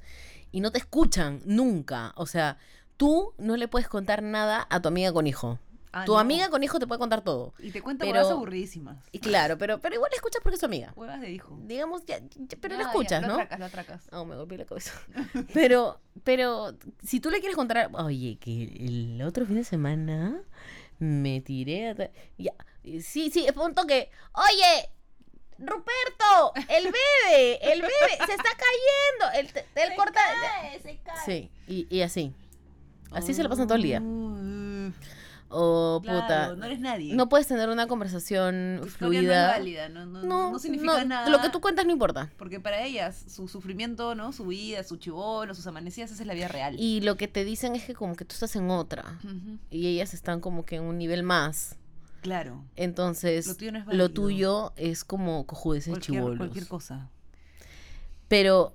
S3: y no te escuchan nunca. O sea, Tú no le puedes contar nada a tu amiga con hijo.
S4: Ah,
S3: tu
S4: no.
S3: amiga con hijo te puede contar todo.
S4: Y te cuenta
S3: pero-
S4: huevas aburridísimas.
S3: Y claro, pero, pero igual la escuchas porque es su amiga.
S4: Huevas de hijo.
S3: Digamos, ya, Ah, ya- pero
S4: Ya,
S3: la
S4: ya,
S3: escuchas,
S4: lo
S3: ¿no?
S4: atracas, lo atracas.
S3: Ah, me golpeé la cabeza. Pero, pero, si tú le quieres contar, oye, que el otro fin de semana me tiré a... ta- Ya. eh, Sí, sí, es punto que, oye, Ruperto, el bebé, el bebé, se está cayendo, el, te- el corta... Sí, y, y así. Así se lo pasan todo el día.
S4: Uh,
S3: Oh,
S4: claro,
S3: puta.
S4: No eres nadie.
S3: No puedes tener una conversación
S4: Tu historia no es
S3: fluida.
S4: válida, no, no, no, no significa
S3: no,
S4: nada.
S3: Lo que tú cuentas no importa.
S4: Porque para ellas, su sufrimiento, ¿no? Su vida, su chivolo, sus amanecidas, esa es la vida real.
S3: Y lo que te dicen es que como que tú estás en otra.
S4: Ujú,
S3: y ellas están como que en un nivel más.
S4: Claro.
S3: Entonces,
S4: Lo
S3: lo tuyo,
S4: tuyo no es válido.
S3: es como cojudeces
S4: Cualquier,
S3: chivolos.
S4: cualquier cosa.
S3: Pero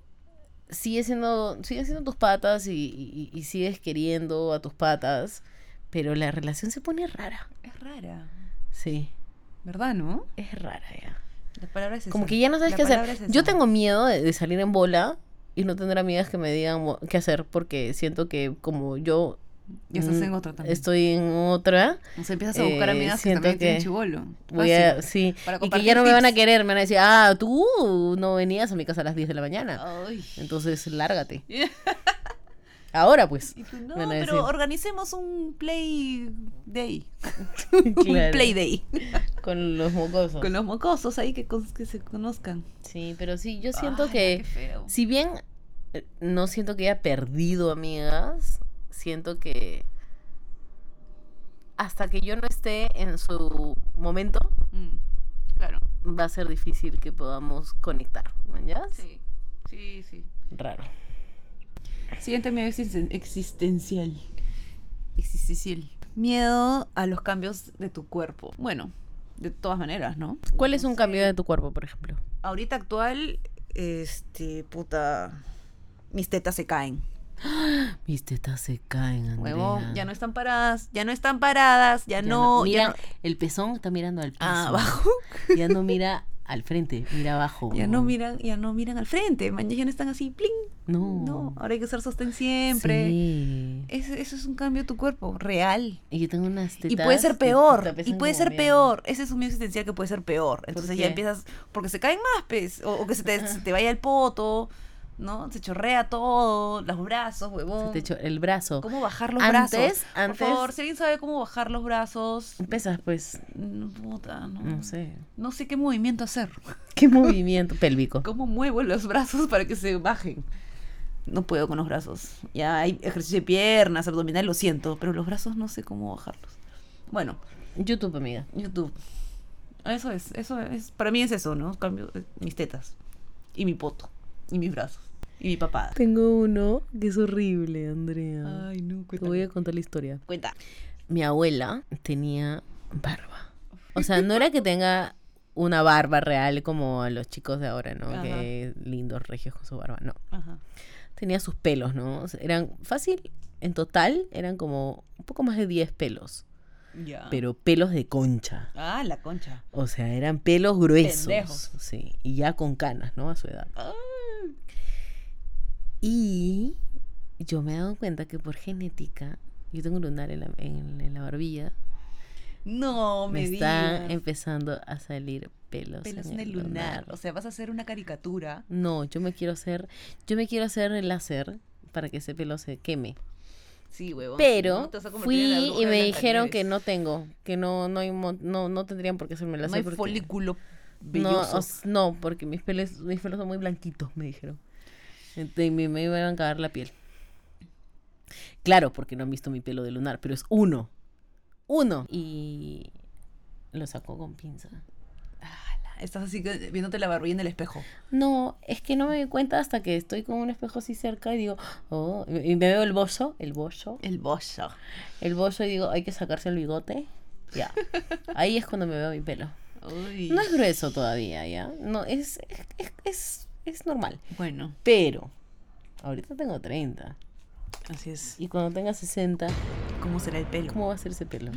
S3: sigue siendo, sigue siendo tus patas y, y- y sigues queriendo a tus patas. Pero la relación se pone rara.
S4: Es rara.
S3: Sí,
S4: ¿Verdad, no?
S3: es rara ya.
S4: La palabra es esa.
S3: Como que ya no sabes
S4: La
S3: qué hacer.
S4: palabra es
S3: Yo
S4: esa.
S3: tengo miedo de, de salir en bola y no tener amigas que me digan mo- qué hacer porque siento que como yo
S4: Ya estás
S3: mm,
S4: en otra también.
S3: estoy en otra,
S4: O sea, empiezas a buscar
S3: eh,
S4: amigas que
S3: siento
S4: también tienen
S3: que
S4: chivolo.
S3: Voy a, sí.
S4: Ah,
S3: Y
S4: para
S3: que
S4: compartir
S3: ya no me van a
S4: tips.
S3: querer, me van a decir, ah, tú no venías a mi casa a las 10 de la mañana.
S4: Ay.
S3: Entonces, lárgate. Ahora, pues.
S4: Y tú, no,
S3: Van a
S4: pero
S3: decir.
S4: organicemos un play day. Un
S3: Claro,
S4: play day.
S3: Con los mocosos.
S4: Con los mocosos ahí que, cons- que se conozcan.
S3: Sí, pero sí, yo siento
S4: Ala,
S3: que,
S4: qué feo.
S3: si bien eh, no siento que haya perdido amigas, siento que hasta que yo no esté en su momento,
S4: Mm, Claro.
S3: va a ser difícil que podamos conectar. ¿Ya?
S4: Sí. Sí, sí.
S3: Raro.
S4: Siguiente miedo existen- existencial. Existencial. Miedo a los cambios de tu cuerpo. Bueno, de todas maneras, ¿no?
S3: ¿Cuál es
S4: No
S3: un
S4: sé.
S3: cambio de tu cuerpo, por ejemplo?
S4: Ahorita actual, este, puta. Mis tetas se caen.
S3: Mis tetas se caen, Andrea.
S4: Huevón, ya no están paradas, ya no están paradas, ya, no, ya
S3: mira,
S4: no-
S3: el pezón está mirando al piso.
S4: Ah, abajo.
S3: Ya no mira al frente, mira abajo.
S4: Ya no
S3: huevón.
S4: miran, ya no miran al frente, man, ya no están así, pling.
S3: No.
S4: No, ahora hay que usar sostén siempre.
S3: Oh. Sí.
S4: Es- eso es un cambio de tu cuerpo, real.
S3: Y yo tengo unas tetas.
S4: Y puede ser
S3: que
S4: peor,
S3: puta,
S4: y
S3: pesan
S4: puede
S3: como
S4: ser
S3: mierda.
S4: peor. Ese es un miedo existencial que puede ser peor. Entonces ya
S3: qué?
S4: empiezas, porque se caen más, pues, o, o que se te, se te vaya el poto, ¿no? Se chorrea todo, los brazos,
S3: Se
S4: huevón.
S3: te echó el brazo.
S4: ¿Cómo bajar los
S3: Antes,
S4: brazos?
S3: antes-
S4: Por favor, si alguien sabe cómo bajar los brazos,
S3: Pesas, pues,
S4: no, puta, no.
S3: no sé.
S4: No sé qué movimiento hacer.
S3: ¿Qué movimiento pélvico?
S4: ¿Cómo muevo los brazos para que se bajen? No puedo con los brazos. Ya hay ejercicio de piernas, abdominal, lo siento, pero los brazos no sé cómo bajarlos. Bueno,
S3: YouTube, amiga.
S4: YouTube. Eso es, eso es. Para mí es eso, ¿no? Cambio eh, mis tetas. Y mi poto. Y mis brazos. Y mi papada.
S3: Tengo uno que es horrible, Andrea.
S4: Ay, no,
S3: Te voy a contar la historia.
S4: Cuenta.
S3: mi abuela tenía barba. O sea, no era que tenga una barba real como los chicos de ahora, ¿no?
S4: Ajá.
S3: Que lindos regios con su barba. No.
S4: Ajá.
S3: Tenía sus pelos, ¿no? O sea, eran fácil, en total eran como un poco más de 10 pelos.
S4: Ya.
S3: Pero pelos de concha.
S4: Ah, la concha.
S3: O sea, eran pelos gruesos.
S4: Pendejos.
S3: Sí. Y ya con canas, ¿no? A su edad.
S4: Ah.
S3: Y yo me he dado cuenta que por genética, yo tengo un lunar en la, en- en la barbilla.
S4: No, me,
S3: me está em,
S4: digas.
S3: empezando a salir pelos,
S4: Pelos en el lunar. O sea, vas a hacer una caricatura.
S3: No, yo me quiero hacer, yo me quiero hacer el láser para que ese pelo se queme.
S4: Sí, huevón.
S3: Pero
S4: No, te vas a convertir en la
S3: fui
S4: bruja
S3: y
S4: de
S3: me dijeron
S4: Blancanieves.
S3: que no tengo, que no no hay mon- no, no tendrían por qué hacerme el
S4: No
S3: láser
S4: hay
S3: porque
S4: folículo
S3: no,
S4: velloso.
S3: o s- no, porque mis pelos mis pelos son muy blanquitos, me dijeron. Ente- Y me, me iban a cagar la piel. Claro, porque no han visto mi pelo de lunar, pero es uno. Uno. Y lo sacó con pinza.
S4: Estás así que- viéndote la barbilla en el espejo.
S3: No, es que no me doy cuenta hasta que estoy con un espejo así cerca y digo, oh, y me veo el bolso, el bolso,
S4: El bolso.
S3: el bolso y digo, hay que sacarse el bigote. Ya. Ahí es cuando me veo mi pelo.
S4: Uy.
S3: No es grueso todavía, ¿ya? No, es, es, es, es- es normal.
S4: Bueno,
S3: Pero, ahorita tengo 30.
S4: así es.
S3: Y cuando tenga 60,
S4: ¿Cómo será el pelo?
S3: ¿cómo va a ser ese pelo?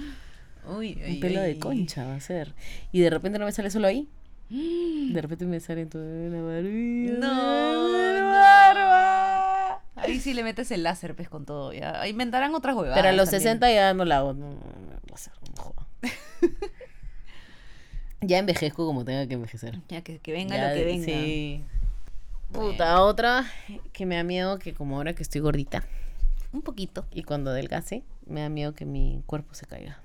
S4: Uy,
S3: Un
S4: ay,
S3: pelo
S4: ay,
S3: de
S4: ay.
S3: concha va a ser. Y de repente no me sale solo ahí. De repente me sale en toda la barbilla.
S4: No,
S3: la
S4: no.
S3: barba.
S4: Ahí sí le metes el láser, pues, con todo, ya. Ahí Inventarán otras huevadas
S3: Pero a los
S4: también.
S3: 60 ya no la hago. No, no, no, no sé, no joda. ya envejezco como tenga que envejecer.
S4: Ya, que, que venga
S3: Ya,
S4: lo que venga.
S3: Sí. Puta, otra que me da miedo que como ahora que estoy gordita
S4: Un poquito.
S3: y cuando adelgace, me da miedo que mi cuerpo se caiga.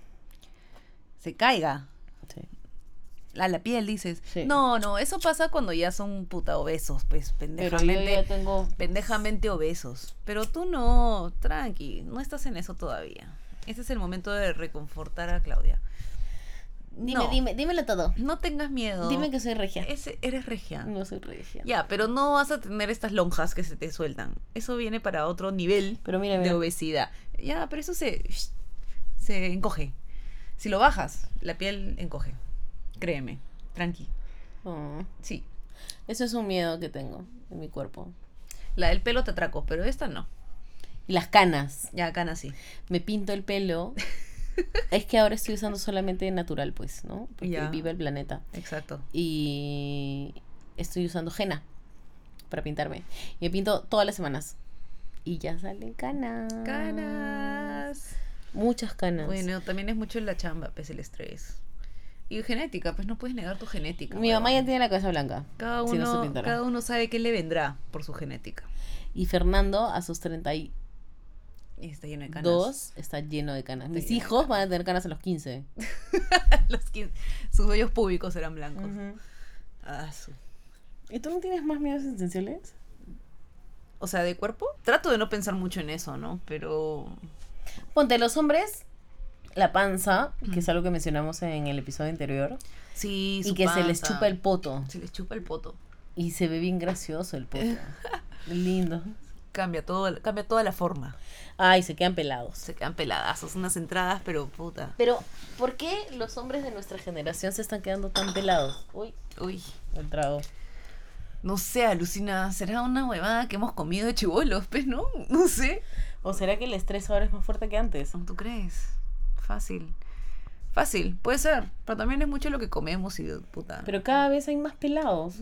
S4: Se caiga.
S3: Sí.
S4: A la piel, dices.
S3: Sí.
S4: No, no, eso pasa cuando ya son puta obesos, pues, pendejamente.
S3: tengo...
S4: pendejamente obesos. Pero tú no, tranqui, no estás en eso todavía. Este es el momento de reconfortar a Claudia.
S3: Dime,
S4: No,
S3: dime, dímelo todo.
S4: No tengas miedo.
S3: Dime que soy regia.
S4: Ese- eres regia.
S3: No soy regia.
S4: Ya, pero no vas a tener estas lonjas que se te sueltan. Eso viene para otro nivel
S3: Pero mira,
S4: de
S3: mira.
S4: obesidad. Ya, pero eso se, se encoge. Si lo bajas, la piel encoge. Créeme, tranqui.
S3: Oh,
S4: Sí.
S3: eso es un miedo que tengo en mi cuerpo.
S4: La del pelo te atraco, pero esta no.
S3: Y las canas.
S4: Ya, cana sí.
S3: Me pinto el pelo. es que ahora estoy usando solamente natural, pues, ¿no? Porque
S4: Ya.
S3: vive el planeta.
S4: Exacto.
S3: y estoy usando henna para pintarme. Y me pinto todas las semanas. Y ya salen canas.
S4: Canas.
S3: Muchas canas.
S4: Bueno, también es mucho la chamba, pues el estrés. Y genética, pues no puedes negar tu genética.
S3: Mi
S4: huevón.
S3: mamá ya tiene la cabeza blanca.
S4: Cada
S3: si no se
S4: uno,
S3: pintara.
S4: cada uno sabe qué le vendrá por su genética.
S3: Y Fernando a sus 32
S4: Y está lleno de canas.
S3: está lleno de canas.
S4: Está
S3: Mis
S4: lleno de
S3: hijos van a tener canas a los 15.
S4: Los quin- sus vellos públicos eran blancos. Ah, su-
S3: ¿Y tú no tienes más miedos esenciales?
S4: O sea, de cuerpo. Trato de no pensar mucho en eso, ¿no? Pero.
S3: Ponte, los hombres, la panza, que es algo que mencionamos en el episodio anterior,
S4: Sí,
S3: y
S4: su
S3: que se les
S4: panza.
S3: chupa el poto.
S4: Se les chupa el poto.
S3: Y se ve bien gracioso el poto. Lindo.
S4: Cambia, todo, cambia toda la forma.
S3: Ay, se quedan pelados.
S4: Se quedan peladazos, unas entradas, pero puta.
S3: Pero, ¿por qué los hombres de nuestra generación se están quedando tan pelados? Uy,
S4: Uy.
S3: el trago.
S4: No sé, alucina, será una huevada que hemos comido de chivolos, pues, ¿no? No sé.
S3: ¿O será que el estrés ahora es más fuerte que antes?
S4: ¿Tú crees? Fácil. Fácil, puede ser. Pero también es mucho lo que comemos y puta.
S3: Pero cada vez hay más pelados.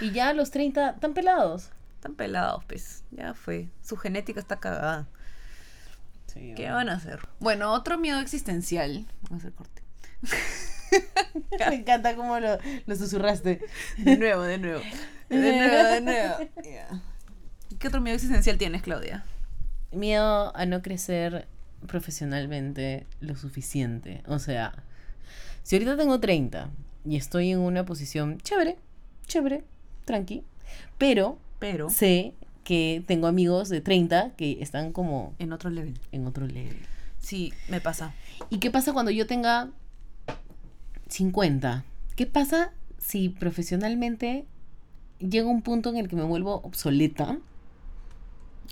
S3: y ya a los 30 están pelados.
S4: Están pelados, pues. Ya fue. Su genética está cagada.
S3: Sí,
S4: ¿Qué van a hacer? Bueno, otro miedo existencial. Vamos a hacer corte.
S3: Me encanta cómo lo, lo susurraste.
S4: De nuevo, de nuevo. De nuevo, de nuevo. Ya. ¿Qué otro miedo existencial tienes, Claudia?
S3: Miedo a no crecer profesionalmente lo suficiente. O sea, si ahorita tengo 30 y estoy en una posición chévere, chévere, tranqui, pero
S4: Pero.
S3: sé que tengo amigos de 30 que están como
S4: En otro level.
S3: en otro level.
S4: Sí, me pasa.
S3: ¿Y qué pasa cuando yo tenga 50? ¿Qué pasa si profesionalmente llega un punto en el que me vuelvo obsoleta?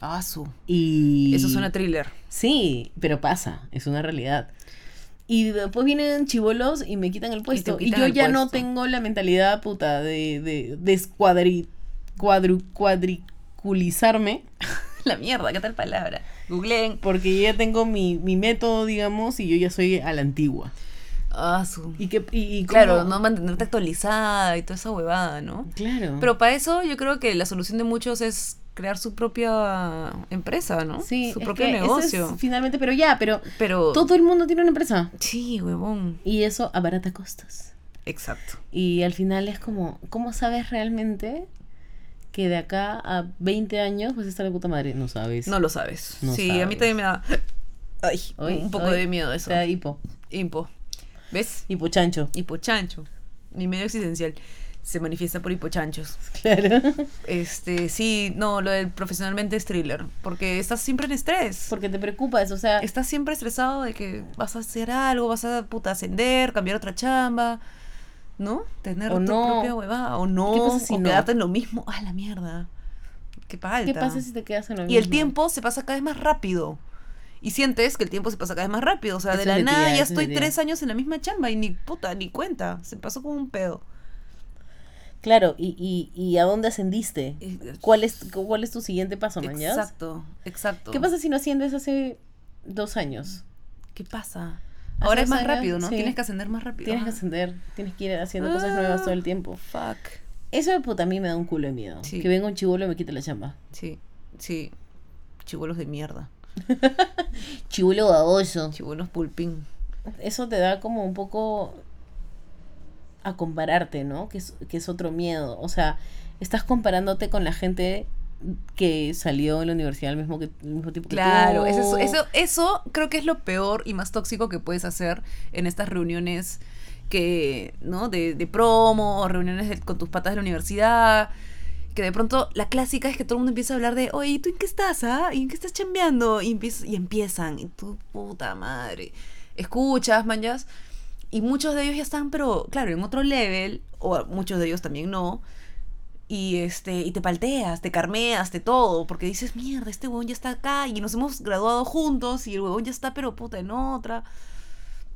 S4: Ah, su.
S3: Y...
S4: Eso suena thriller.
S3: Sí, pero pasa, es una realidad. Y después vienen chivolos y me quitan el puesto. Y,
S4: quitan
S3: yo
S4: el
S3: ya no
S4: puesto.
S3: tengo la mentalidad puta de, de, de escuadri- cuadru- cuadriculizarme.
S4: La mierda, ¿qué tal palabra? Googleen.
S3: Porque yo ya tengo mi, mi método, digamos, y yo ya soy a la antigua.
S4: Ah, su.
S3: Y que y, y cómo-
S4: Claro, no mantenerte actualizada y toda esa huevada, ¿no?
S3: Claro.
S4: Pero para eso yo creo que la solución de muchos es crear su propia empresa, ¿no?
S3: sí,
S4: Su
S3: es
S4: propio
S3: que eso es
S4: negocio.
S3: finalmente, pero ya, pero
S4: Pero...
S3: todo el mundo tiene una empresa.
S4: Sí, huevón.
S3: Y eso abarata costos.
S4: Exacto.
S3: Y al final es como, ¿cómo sabes realmente que de acá a 20 años vas a estar de puta madre? No sabes.
S4: No lo sabes.
S3: No
S4: sí, a mí
S3: sabes.
S4: también me da... Ay,
S3: Hoy-
S4: un poco
S3: hoy
S4: de miedo eso.
S3: Te da hipo.
S4: Hipo. ¿Ves?
S3: Hipochancho.
S4: Hipochancho. Mi medio existencial se manifiesta por hipochanchos.
S3: Claro.
S4: Este, sí, no, lo del profesionalmente es thriller. Porque estás siempre en estrés.
S3: Porque te preocupas, o sea,
S4: Estás siempre estresado de que vas a hacer algo, vas a puta ascender, cambiar otra chamba, ¿no? Tener
S3: O
S4: tu
S3: no.
S4: propia huevada, o no,
S3: ¿Qué pasa si
S4: o
S3: no?
S4: quedarte en lo mismo. ¡Ah, la mierda! ¡Qué palta!
S3: ¿qué pasa si te quedas en lo
S4: Y el
S3: mismo?
S4: tiempo se pasa cada vez más rápido. Y sientes que el tiempo se pasa cada vez más rápido. O sea,
S3: Eso
S4: de
S3: es
S4: la
S3: mentira,
S4: nada
S3: eso
S4: ya
S3: es
S4: estoy
S3: mentira.
S4: tres años en la misma chamba y ni puta, ni cuenta. Se pasó como un pedo.
S3: Claro, y, y, y ¿a dónde ascendiste? ¿Cuál es, cuál es tu siguiente paso, mañana?
S4: Exacto, exacto.
S3: ¿Qué pasa si no asciendes hace dos años?
S4: ¿Qué pasa?
S3: Hace
S4: Ahora es
S3: dos
S4: más
S3: años,
S4: rápido, ¿no?
S3: sí.
S4: Tienes que ascender más rápido.
S3: Tienes que ascender, tienes que ir
S4: Ah.
S3: haciendo cosas nuevas todo el tiempo.
S4: Fuck.
S3: Eso de puta a mí me da un culo de miedo.
S4: Sí.
S3: Que venga un chivolo y me quite la chamba.
S4: Sí. Sí. Chibolos de mierda.
S3: Chibulo baboso.
S4: Chibolos pulpín.
S3: Eso te da como un poco a compararte, ¿no? Que es, que es otro miedo. O sea, estás comparándote con la gente que salió en la universidad al mismo, que, al mismo tipo que
S4: Claro,
S3: tú.
S4: eso, es- eso, eso creo que es lo peor y más tóxico que puedes hacer en estas reuniones que, ¿no? De, de promo o reuniones de- con tus patas de la universidad. Que de pronto la clásica es que todo el mundo empieza a hablar de, oye, ¿y tú en qué estás? Ah? ¿Y en qué estás chambeando? Y, empiez- y empiezan, y tu puta madre. Escuchas, manjas. Y muchos de ellos ya están, pero claro, en otro level, o muchos de ellos también no y este y te palteas, te carmeas, te todo, porque dices, mierda, este huevón ya está acá y nos hemos graduado juntos y el huevón ya está, pero puta, en otra.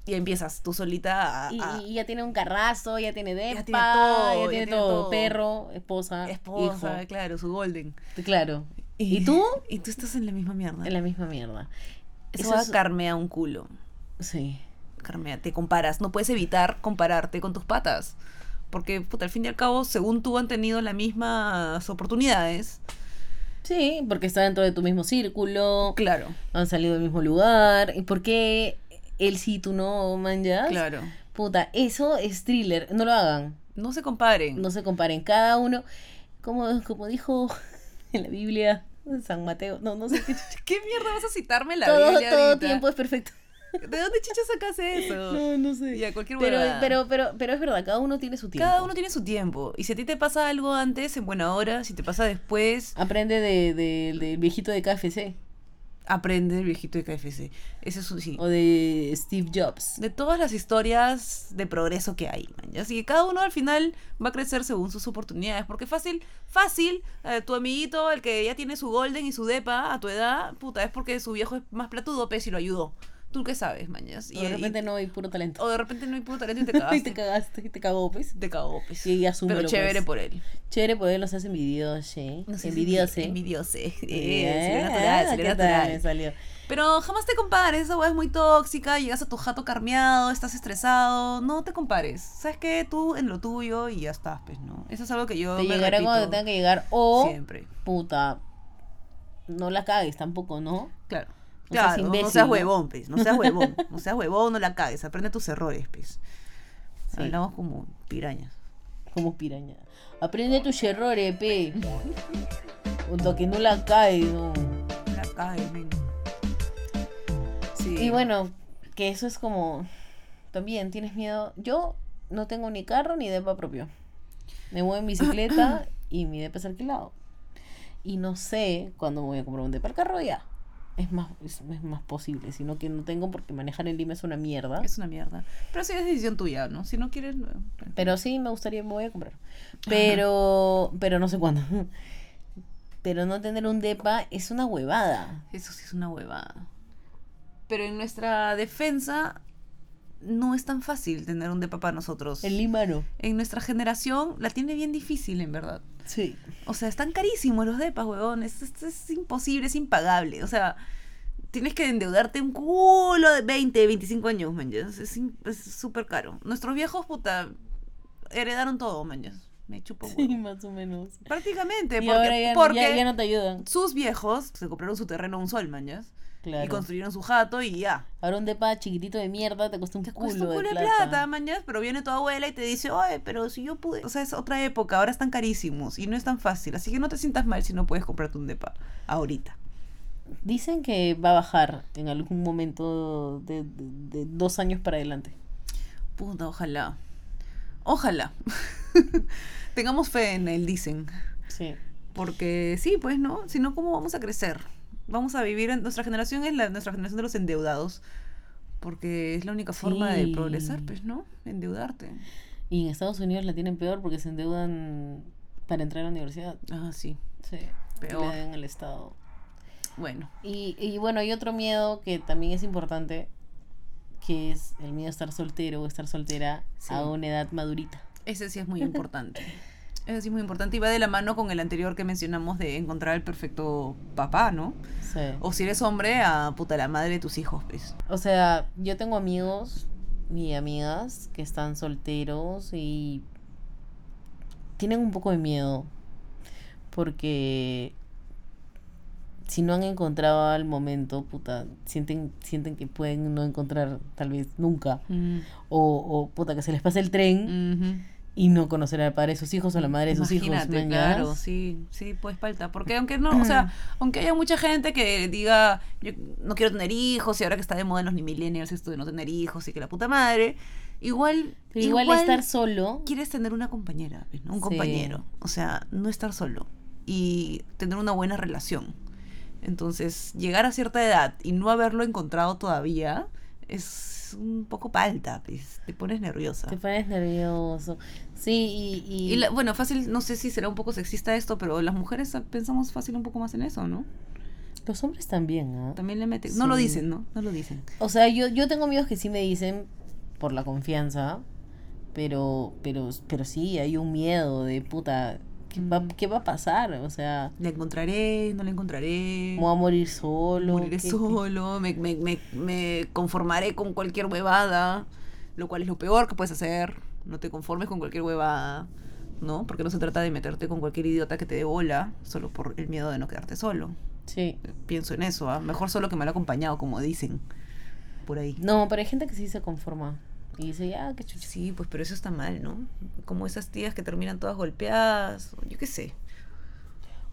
S4: Y empiezas tú solita a,
S3: Y,
S4: a-
S3: y ya tiene un carrazo, ya tiene depa, ya
S4: tiene
S3: tiene
S4: todo,
S3: todo,
S4: ah, ya tiene todo.
S3: perro, esposa,
S4: esposa, claro, su golden.
S3: hijo. Claro. ¿Y, tú?
S4: ah, Y tú estás en la misma mierda.
S3: En la misma mierda.
S4: Eso
S3: Eso es-
S4: carmea un culo.
S3: Sí.
S4: Carmea, te comparas, no puedes evitar compararte con tus patas. Porque, puta, al fin y al cabo, según tú han tenido las mismas oportunidades.
S3: Sí, porque está dentro de tu mismo círculo,
S4: Claro,
S3: han salido del mismo lugar. ¿Y por qué él sí, tú no, man, ya?
S4: claro.
S3: Puta, eso es thriller. No lo hagan.
S4: No se comparen.
S3: No se comparen. Cada uno, como, como dijo en la Biblia, San Mateo, no, no sé qué.
S4: ¿Qué mierda vas a citarme la
S3: todo
S4: Biblia
S3: todo
S4: ahorita?
S3: tiempo es perfecto.
S4: ¿De dónde chicha sacas eso?
S3: No, no sé.
S4: Ya, cualquier
S3: Pero,
S4: huevada.
S3: pero, pero, pero es verdad, cada uno tiene su tiempo.
S4: Cada uno tiene su tiempo. Y si a ti te pasa algo antes, en buena hora. Si te pasa después,
S3: Aprende de, de- del viejito de KFC
S4: aprende el viejito de KFC. Ese es un sí.
S3: o de Steve Jobs.
S4: De todas las historias de progreso que hay, man. Así que cada uno al final va a crecer según sus oportunidades. Porque fácil, fácil, eh, tu amiguito, el que ya tiene su golden y su depa a tu edad, puta, es porque su viejo es más platudo, pez y lo ayudó. Tú qué sabes, mañas. Y,
S3: o de
S4: y-
S3: repente no hay puro talento.
S4: o de repente no hay puto talento y te cagaste.
S3: y te cagaste, y te cagó, pues.
S4: Te cagó, pues.
S3: Y asúmelo,
S4: Pero chévere
S3: pues.
S4: por él.
S3: Chévere, pues los hace envidiosos, ¿eh?
S4: No sé si
S3: envidiosos.
S4: envi- Envidioso. eh,
S3: Bien.
S4: salió natural, salió
S3: ¿Qué tal?
S4: natural.
S3: Me salió.
S4: Pero jamás te compares, esa weá es muy tóxica, llegas a tu jato carmeado, estás estresado, no te compares. ¿Sabes qué? Tú en lo tuyo y ya estás, pues, ¿no? Eso es algo que yo
S3: Te
S4: me
S3: llegará cuando te
S4: repito
S3: tenga que llegar. O,
S4: siempre.
S3: puta, no la cagues tampoco, ¿no?
S4: Claro.
S3: No seas
S4: Claro, no
S3: imbécil,
S4: seas
S3: ¿no?
S4: huevón, pues, no seas huevón, no seas huevón, no la cagues, aprende tus errores, pues.
S3: Sí.
S4: Hablamos como pirañas.
S3: Como piraña. Aprende tus errores, pe. Junto que no la caes, no.
S4: No la cagues, men. Sí.
S3: Y bueno, que eso es como. También tienes miedo. Yo no tengo ni carro ni depa propio. Me muevo en bicicleta y mi depa es alquilado. Y no sé cuándo me voy a comprar un depa. El carro ya es más, es, es más posible, sino que no tengo porque manejar en Lima es una mierda.
S4: Es una mierda. Pero sí es decisión tuya, ¿no? Si no quieres... no.
S3: Pero sí me gustaría, me voy a comprar. Pero, pero no sé cuándo. Pero no tener un depa es una huevada.
S4: Eso sí es una huevada. Pero en nuestra defensa no es tan fácil tener un de papá nosotros.
S3: El Lima no.
S4: En nuestra generación la tiene bien difícil, en verdad.
S3: Sí.
S4: O sea, están carísimos los depas, huevón. Es, es- es imposible, es impagable. O sea, tienes que endeudarte un culo de 20, 25 años, manches. Es im- es súper caro. Nuestros viejos, puta, heredaron todo, manches. Me chupo un huevo.
S3: más o menos. Y
S4: Prácticamente, porque,
S3: ahora ya,
S4: porque
S3: ya- ya no te ayudan.
S4: sus viejos se compraron su terreno a un sol, manches.
S3: Claro.
S4: Y construyeron su jato y ya.
S3: Ahora un depa chiquitito de mierda te cuesta un,
S4: Te
S3: culo,
S4: cuesta un culo de plata, mañas, pero viene tu abuela y te dice, oye, pero si yo pude. O sea, es otra época, ahora están carísimos y no es tan fácil. Así que no te sientas mal si no puedes comprarte un depa ahorita.
S3: Dicen que va a bajar en algún momento de, de- de dos años para adelante.
S4: Puta, ojalá. Ojalá. Tengamos fe en él, dicen.
S3: Sí.
S4: Porque sí, pues, ¿no? Si no, ¿cómo vamos a crecer? Vamos a vivir, en, nuestra generación es la, nuestra generación de los endeudados. Porque es la única forma de progresar,
S3: Sí.
S4: pues, ¿no? Endeudarte.
S3: Y en Estados Unidos la tienen peor porque se endeudan para entrar a la universidad.
S4: Ah, sí.
S3: Sí.
S4: Peor.
S3: Que le den al Estado.
S4: Bueno.
S3: Y, y bueno, hay otro miedo que también es importante, que es el miedo a estar soltero o estar soltera
S4: Sí.
S3: a una edad madurita.
S4: Ese sí es muy importante. Ese sí es muy importante y va de la mano con el anterior que mencionamos de encontrar el perfecto papá, ¿no?
S3: Sí.
S4: O si eres hombre, a puta la madre de tus hijos, pues.
S3: O sea, yo tengo amigos y amigas que están solteros y tienen un poco de miedo porque si no han encontrado al momento, puta, sienten, sienten que pueden no encontrar tal vez nunca.
S4: Mm.
S3: O, o, puta, que se les pase el tren
S4: Ujú.
S3: y no conocer al padre de sus hijos o la madre de sus hijos.
S4: Imagínate,
S3: ¿me
S4: claro,
S3: ñas?
S4: sí, sí, pues falta. Porque aunque no, o sea, aunque haya mucha gente que diga, yo no quiero tener hijos y ahora que está de moda en los ni millennials esto de no tener hijos y que la puta madre, igual,
S3: Pero igual, estar solo.
S4: quieres tener una compañera, pues, ¿no? un
S3: Sí.
S4: compañero. O sea, no estar solo y tener una buena relación. Entonces, llegar a cierta edad y no haberlo encontrado todavía es un poco palta, pues, te pones nerviosa.
S3: Te pones nervioso. Sí, y. y-
S4: Y la- bueno, fácil, no sé si será un poco sexista esto, pero las mujeres ah, pensamos fácil un poco más en eso, ¿no?
S3: Los hombres también, ¿ah?
S4: También le meten. No lo
S3: Sí.
S4: dicen, ¿no? No lo dicen.
S3: O sea, yo, yo tengo amigos que sí me dicen por la confianza, pero, pero, pero sí, hay un miedo de puta, ¿qué
S4: Mm.
S3: va, qué va a pasar? O sea,
S4: La encontraré, no la encontraré.
S3: ¿me voy a morir solo?
S4: Moriré
S3: ¿Qué- qué-
S4: solo, me, me- me- me conformaré con cualquier huevada, lo cual es lo peor que puedes hacer. No te conformes con cualquier huevada, ¿no? Porque no se trata de meterte con cualquier idiota que te dé bola, solo por el miedo de no quedarte solo.
S3: Sí.
S4: Pienso en eso, ¿ah? Mejor solo que mal acompañado, como dicen. Por ahí.
S3: No, pero hay gente que sí se conforma. Y dice, ya, qué chucha.
S4: Sí, pues pero eso está mal, ¿no? Como esas tías que terminan todas golpeadas, o yo qué sé.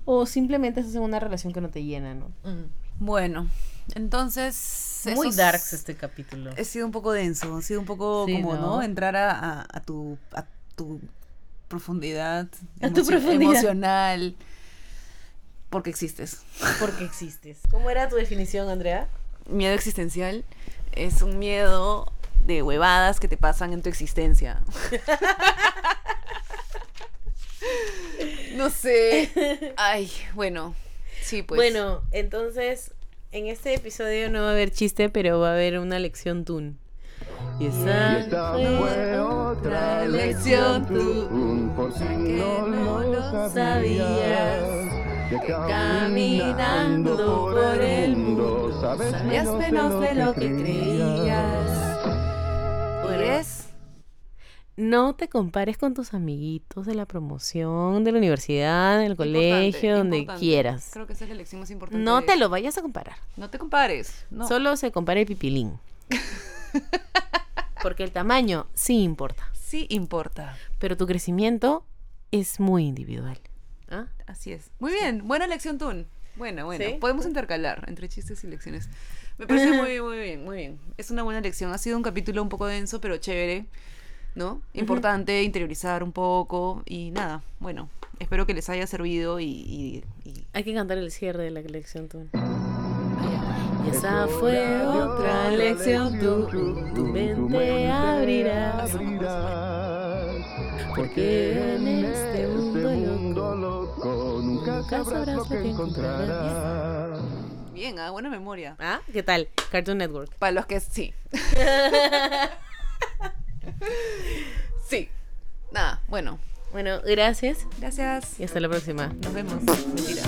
S3: O simplemente estás en una relación que no te llena, ¿no?
S4: Mm. Bueno, entonces...
S6: Muy
S4: esos-
S6: darks este capítulo.
S4: Ha sido un poco denso, ha sido un poco
S3: Sí,
S4: como, ¿no?
S3: ¿no?
S4: Entrar a, a- a tu, a tu profundidad,
S3: A tu profundidad.
S4: emocional, porque existes.
S3: Porque existes. ¿Cómo era tu definición, Andrea?
S4: Miedo existencial es un miedo de huevadas que te pasan en tu existencia. no sé. Ay, bueno. Sí, pues.
S2: Bueno, entonces, en este episodio no va a haber chiste, pero va a haber una lección Tun. Y esa
S7: Esta fue otra lección tú, por si no lo sabías. Que caminando por el mundo sabes menos de lo que creías.
S4: ¿Eres?
S2: no te compares con tus amiguitos de la promoción, de la universidad, del colegio, donde quieras.
S4: Creo que esa es la lección más importante.
S2: No
S4: de-
S2: te lo vayas a comparar.
S4: No te compares. No.
S2: Solo se compara el pipilín. Porque el tamaño sí importa,
S4: Sí importa.
S2: pero tu crecimiento es muy individual. ¿Ah?
S4: Así es. Muy bien. Buena lección, Tun. Buena, buena.
S2: ¿Sí?
S4: Podemos intercalar entre chistes y lecciones. Me parece muy, muy bien, muy bien. Es una buena lección. Ha sido un capítulo un poco denso, pero chévere. ¿No? Importante interiorizar un poco. Y nada, bueno. Espero que les haya servido y. y- y-
S2: Hay que cantar el cierre de la lección Tun.
S7: Y esa fue otra lección tú, tu mente abrirás. Porque en este mundo loco nunca sabrás lo que encontrarás.
S4: Bien, ah, buena memoria.
S2: ¿Ah? ¿Qué tal? Cartoon Network.
S4: Para los que sí. sí. Nada, bueno.
S2: Bueno, gracias
S4: Gracias.
S2: y hasta la próxima.
S4: Nos vemos. Mentira.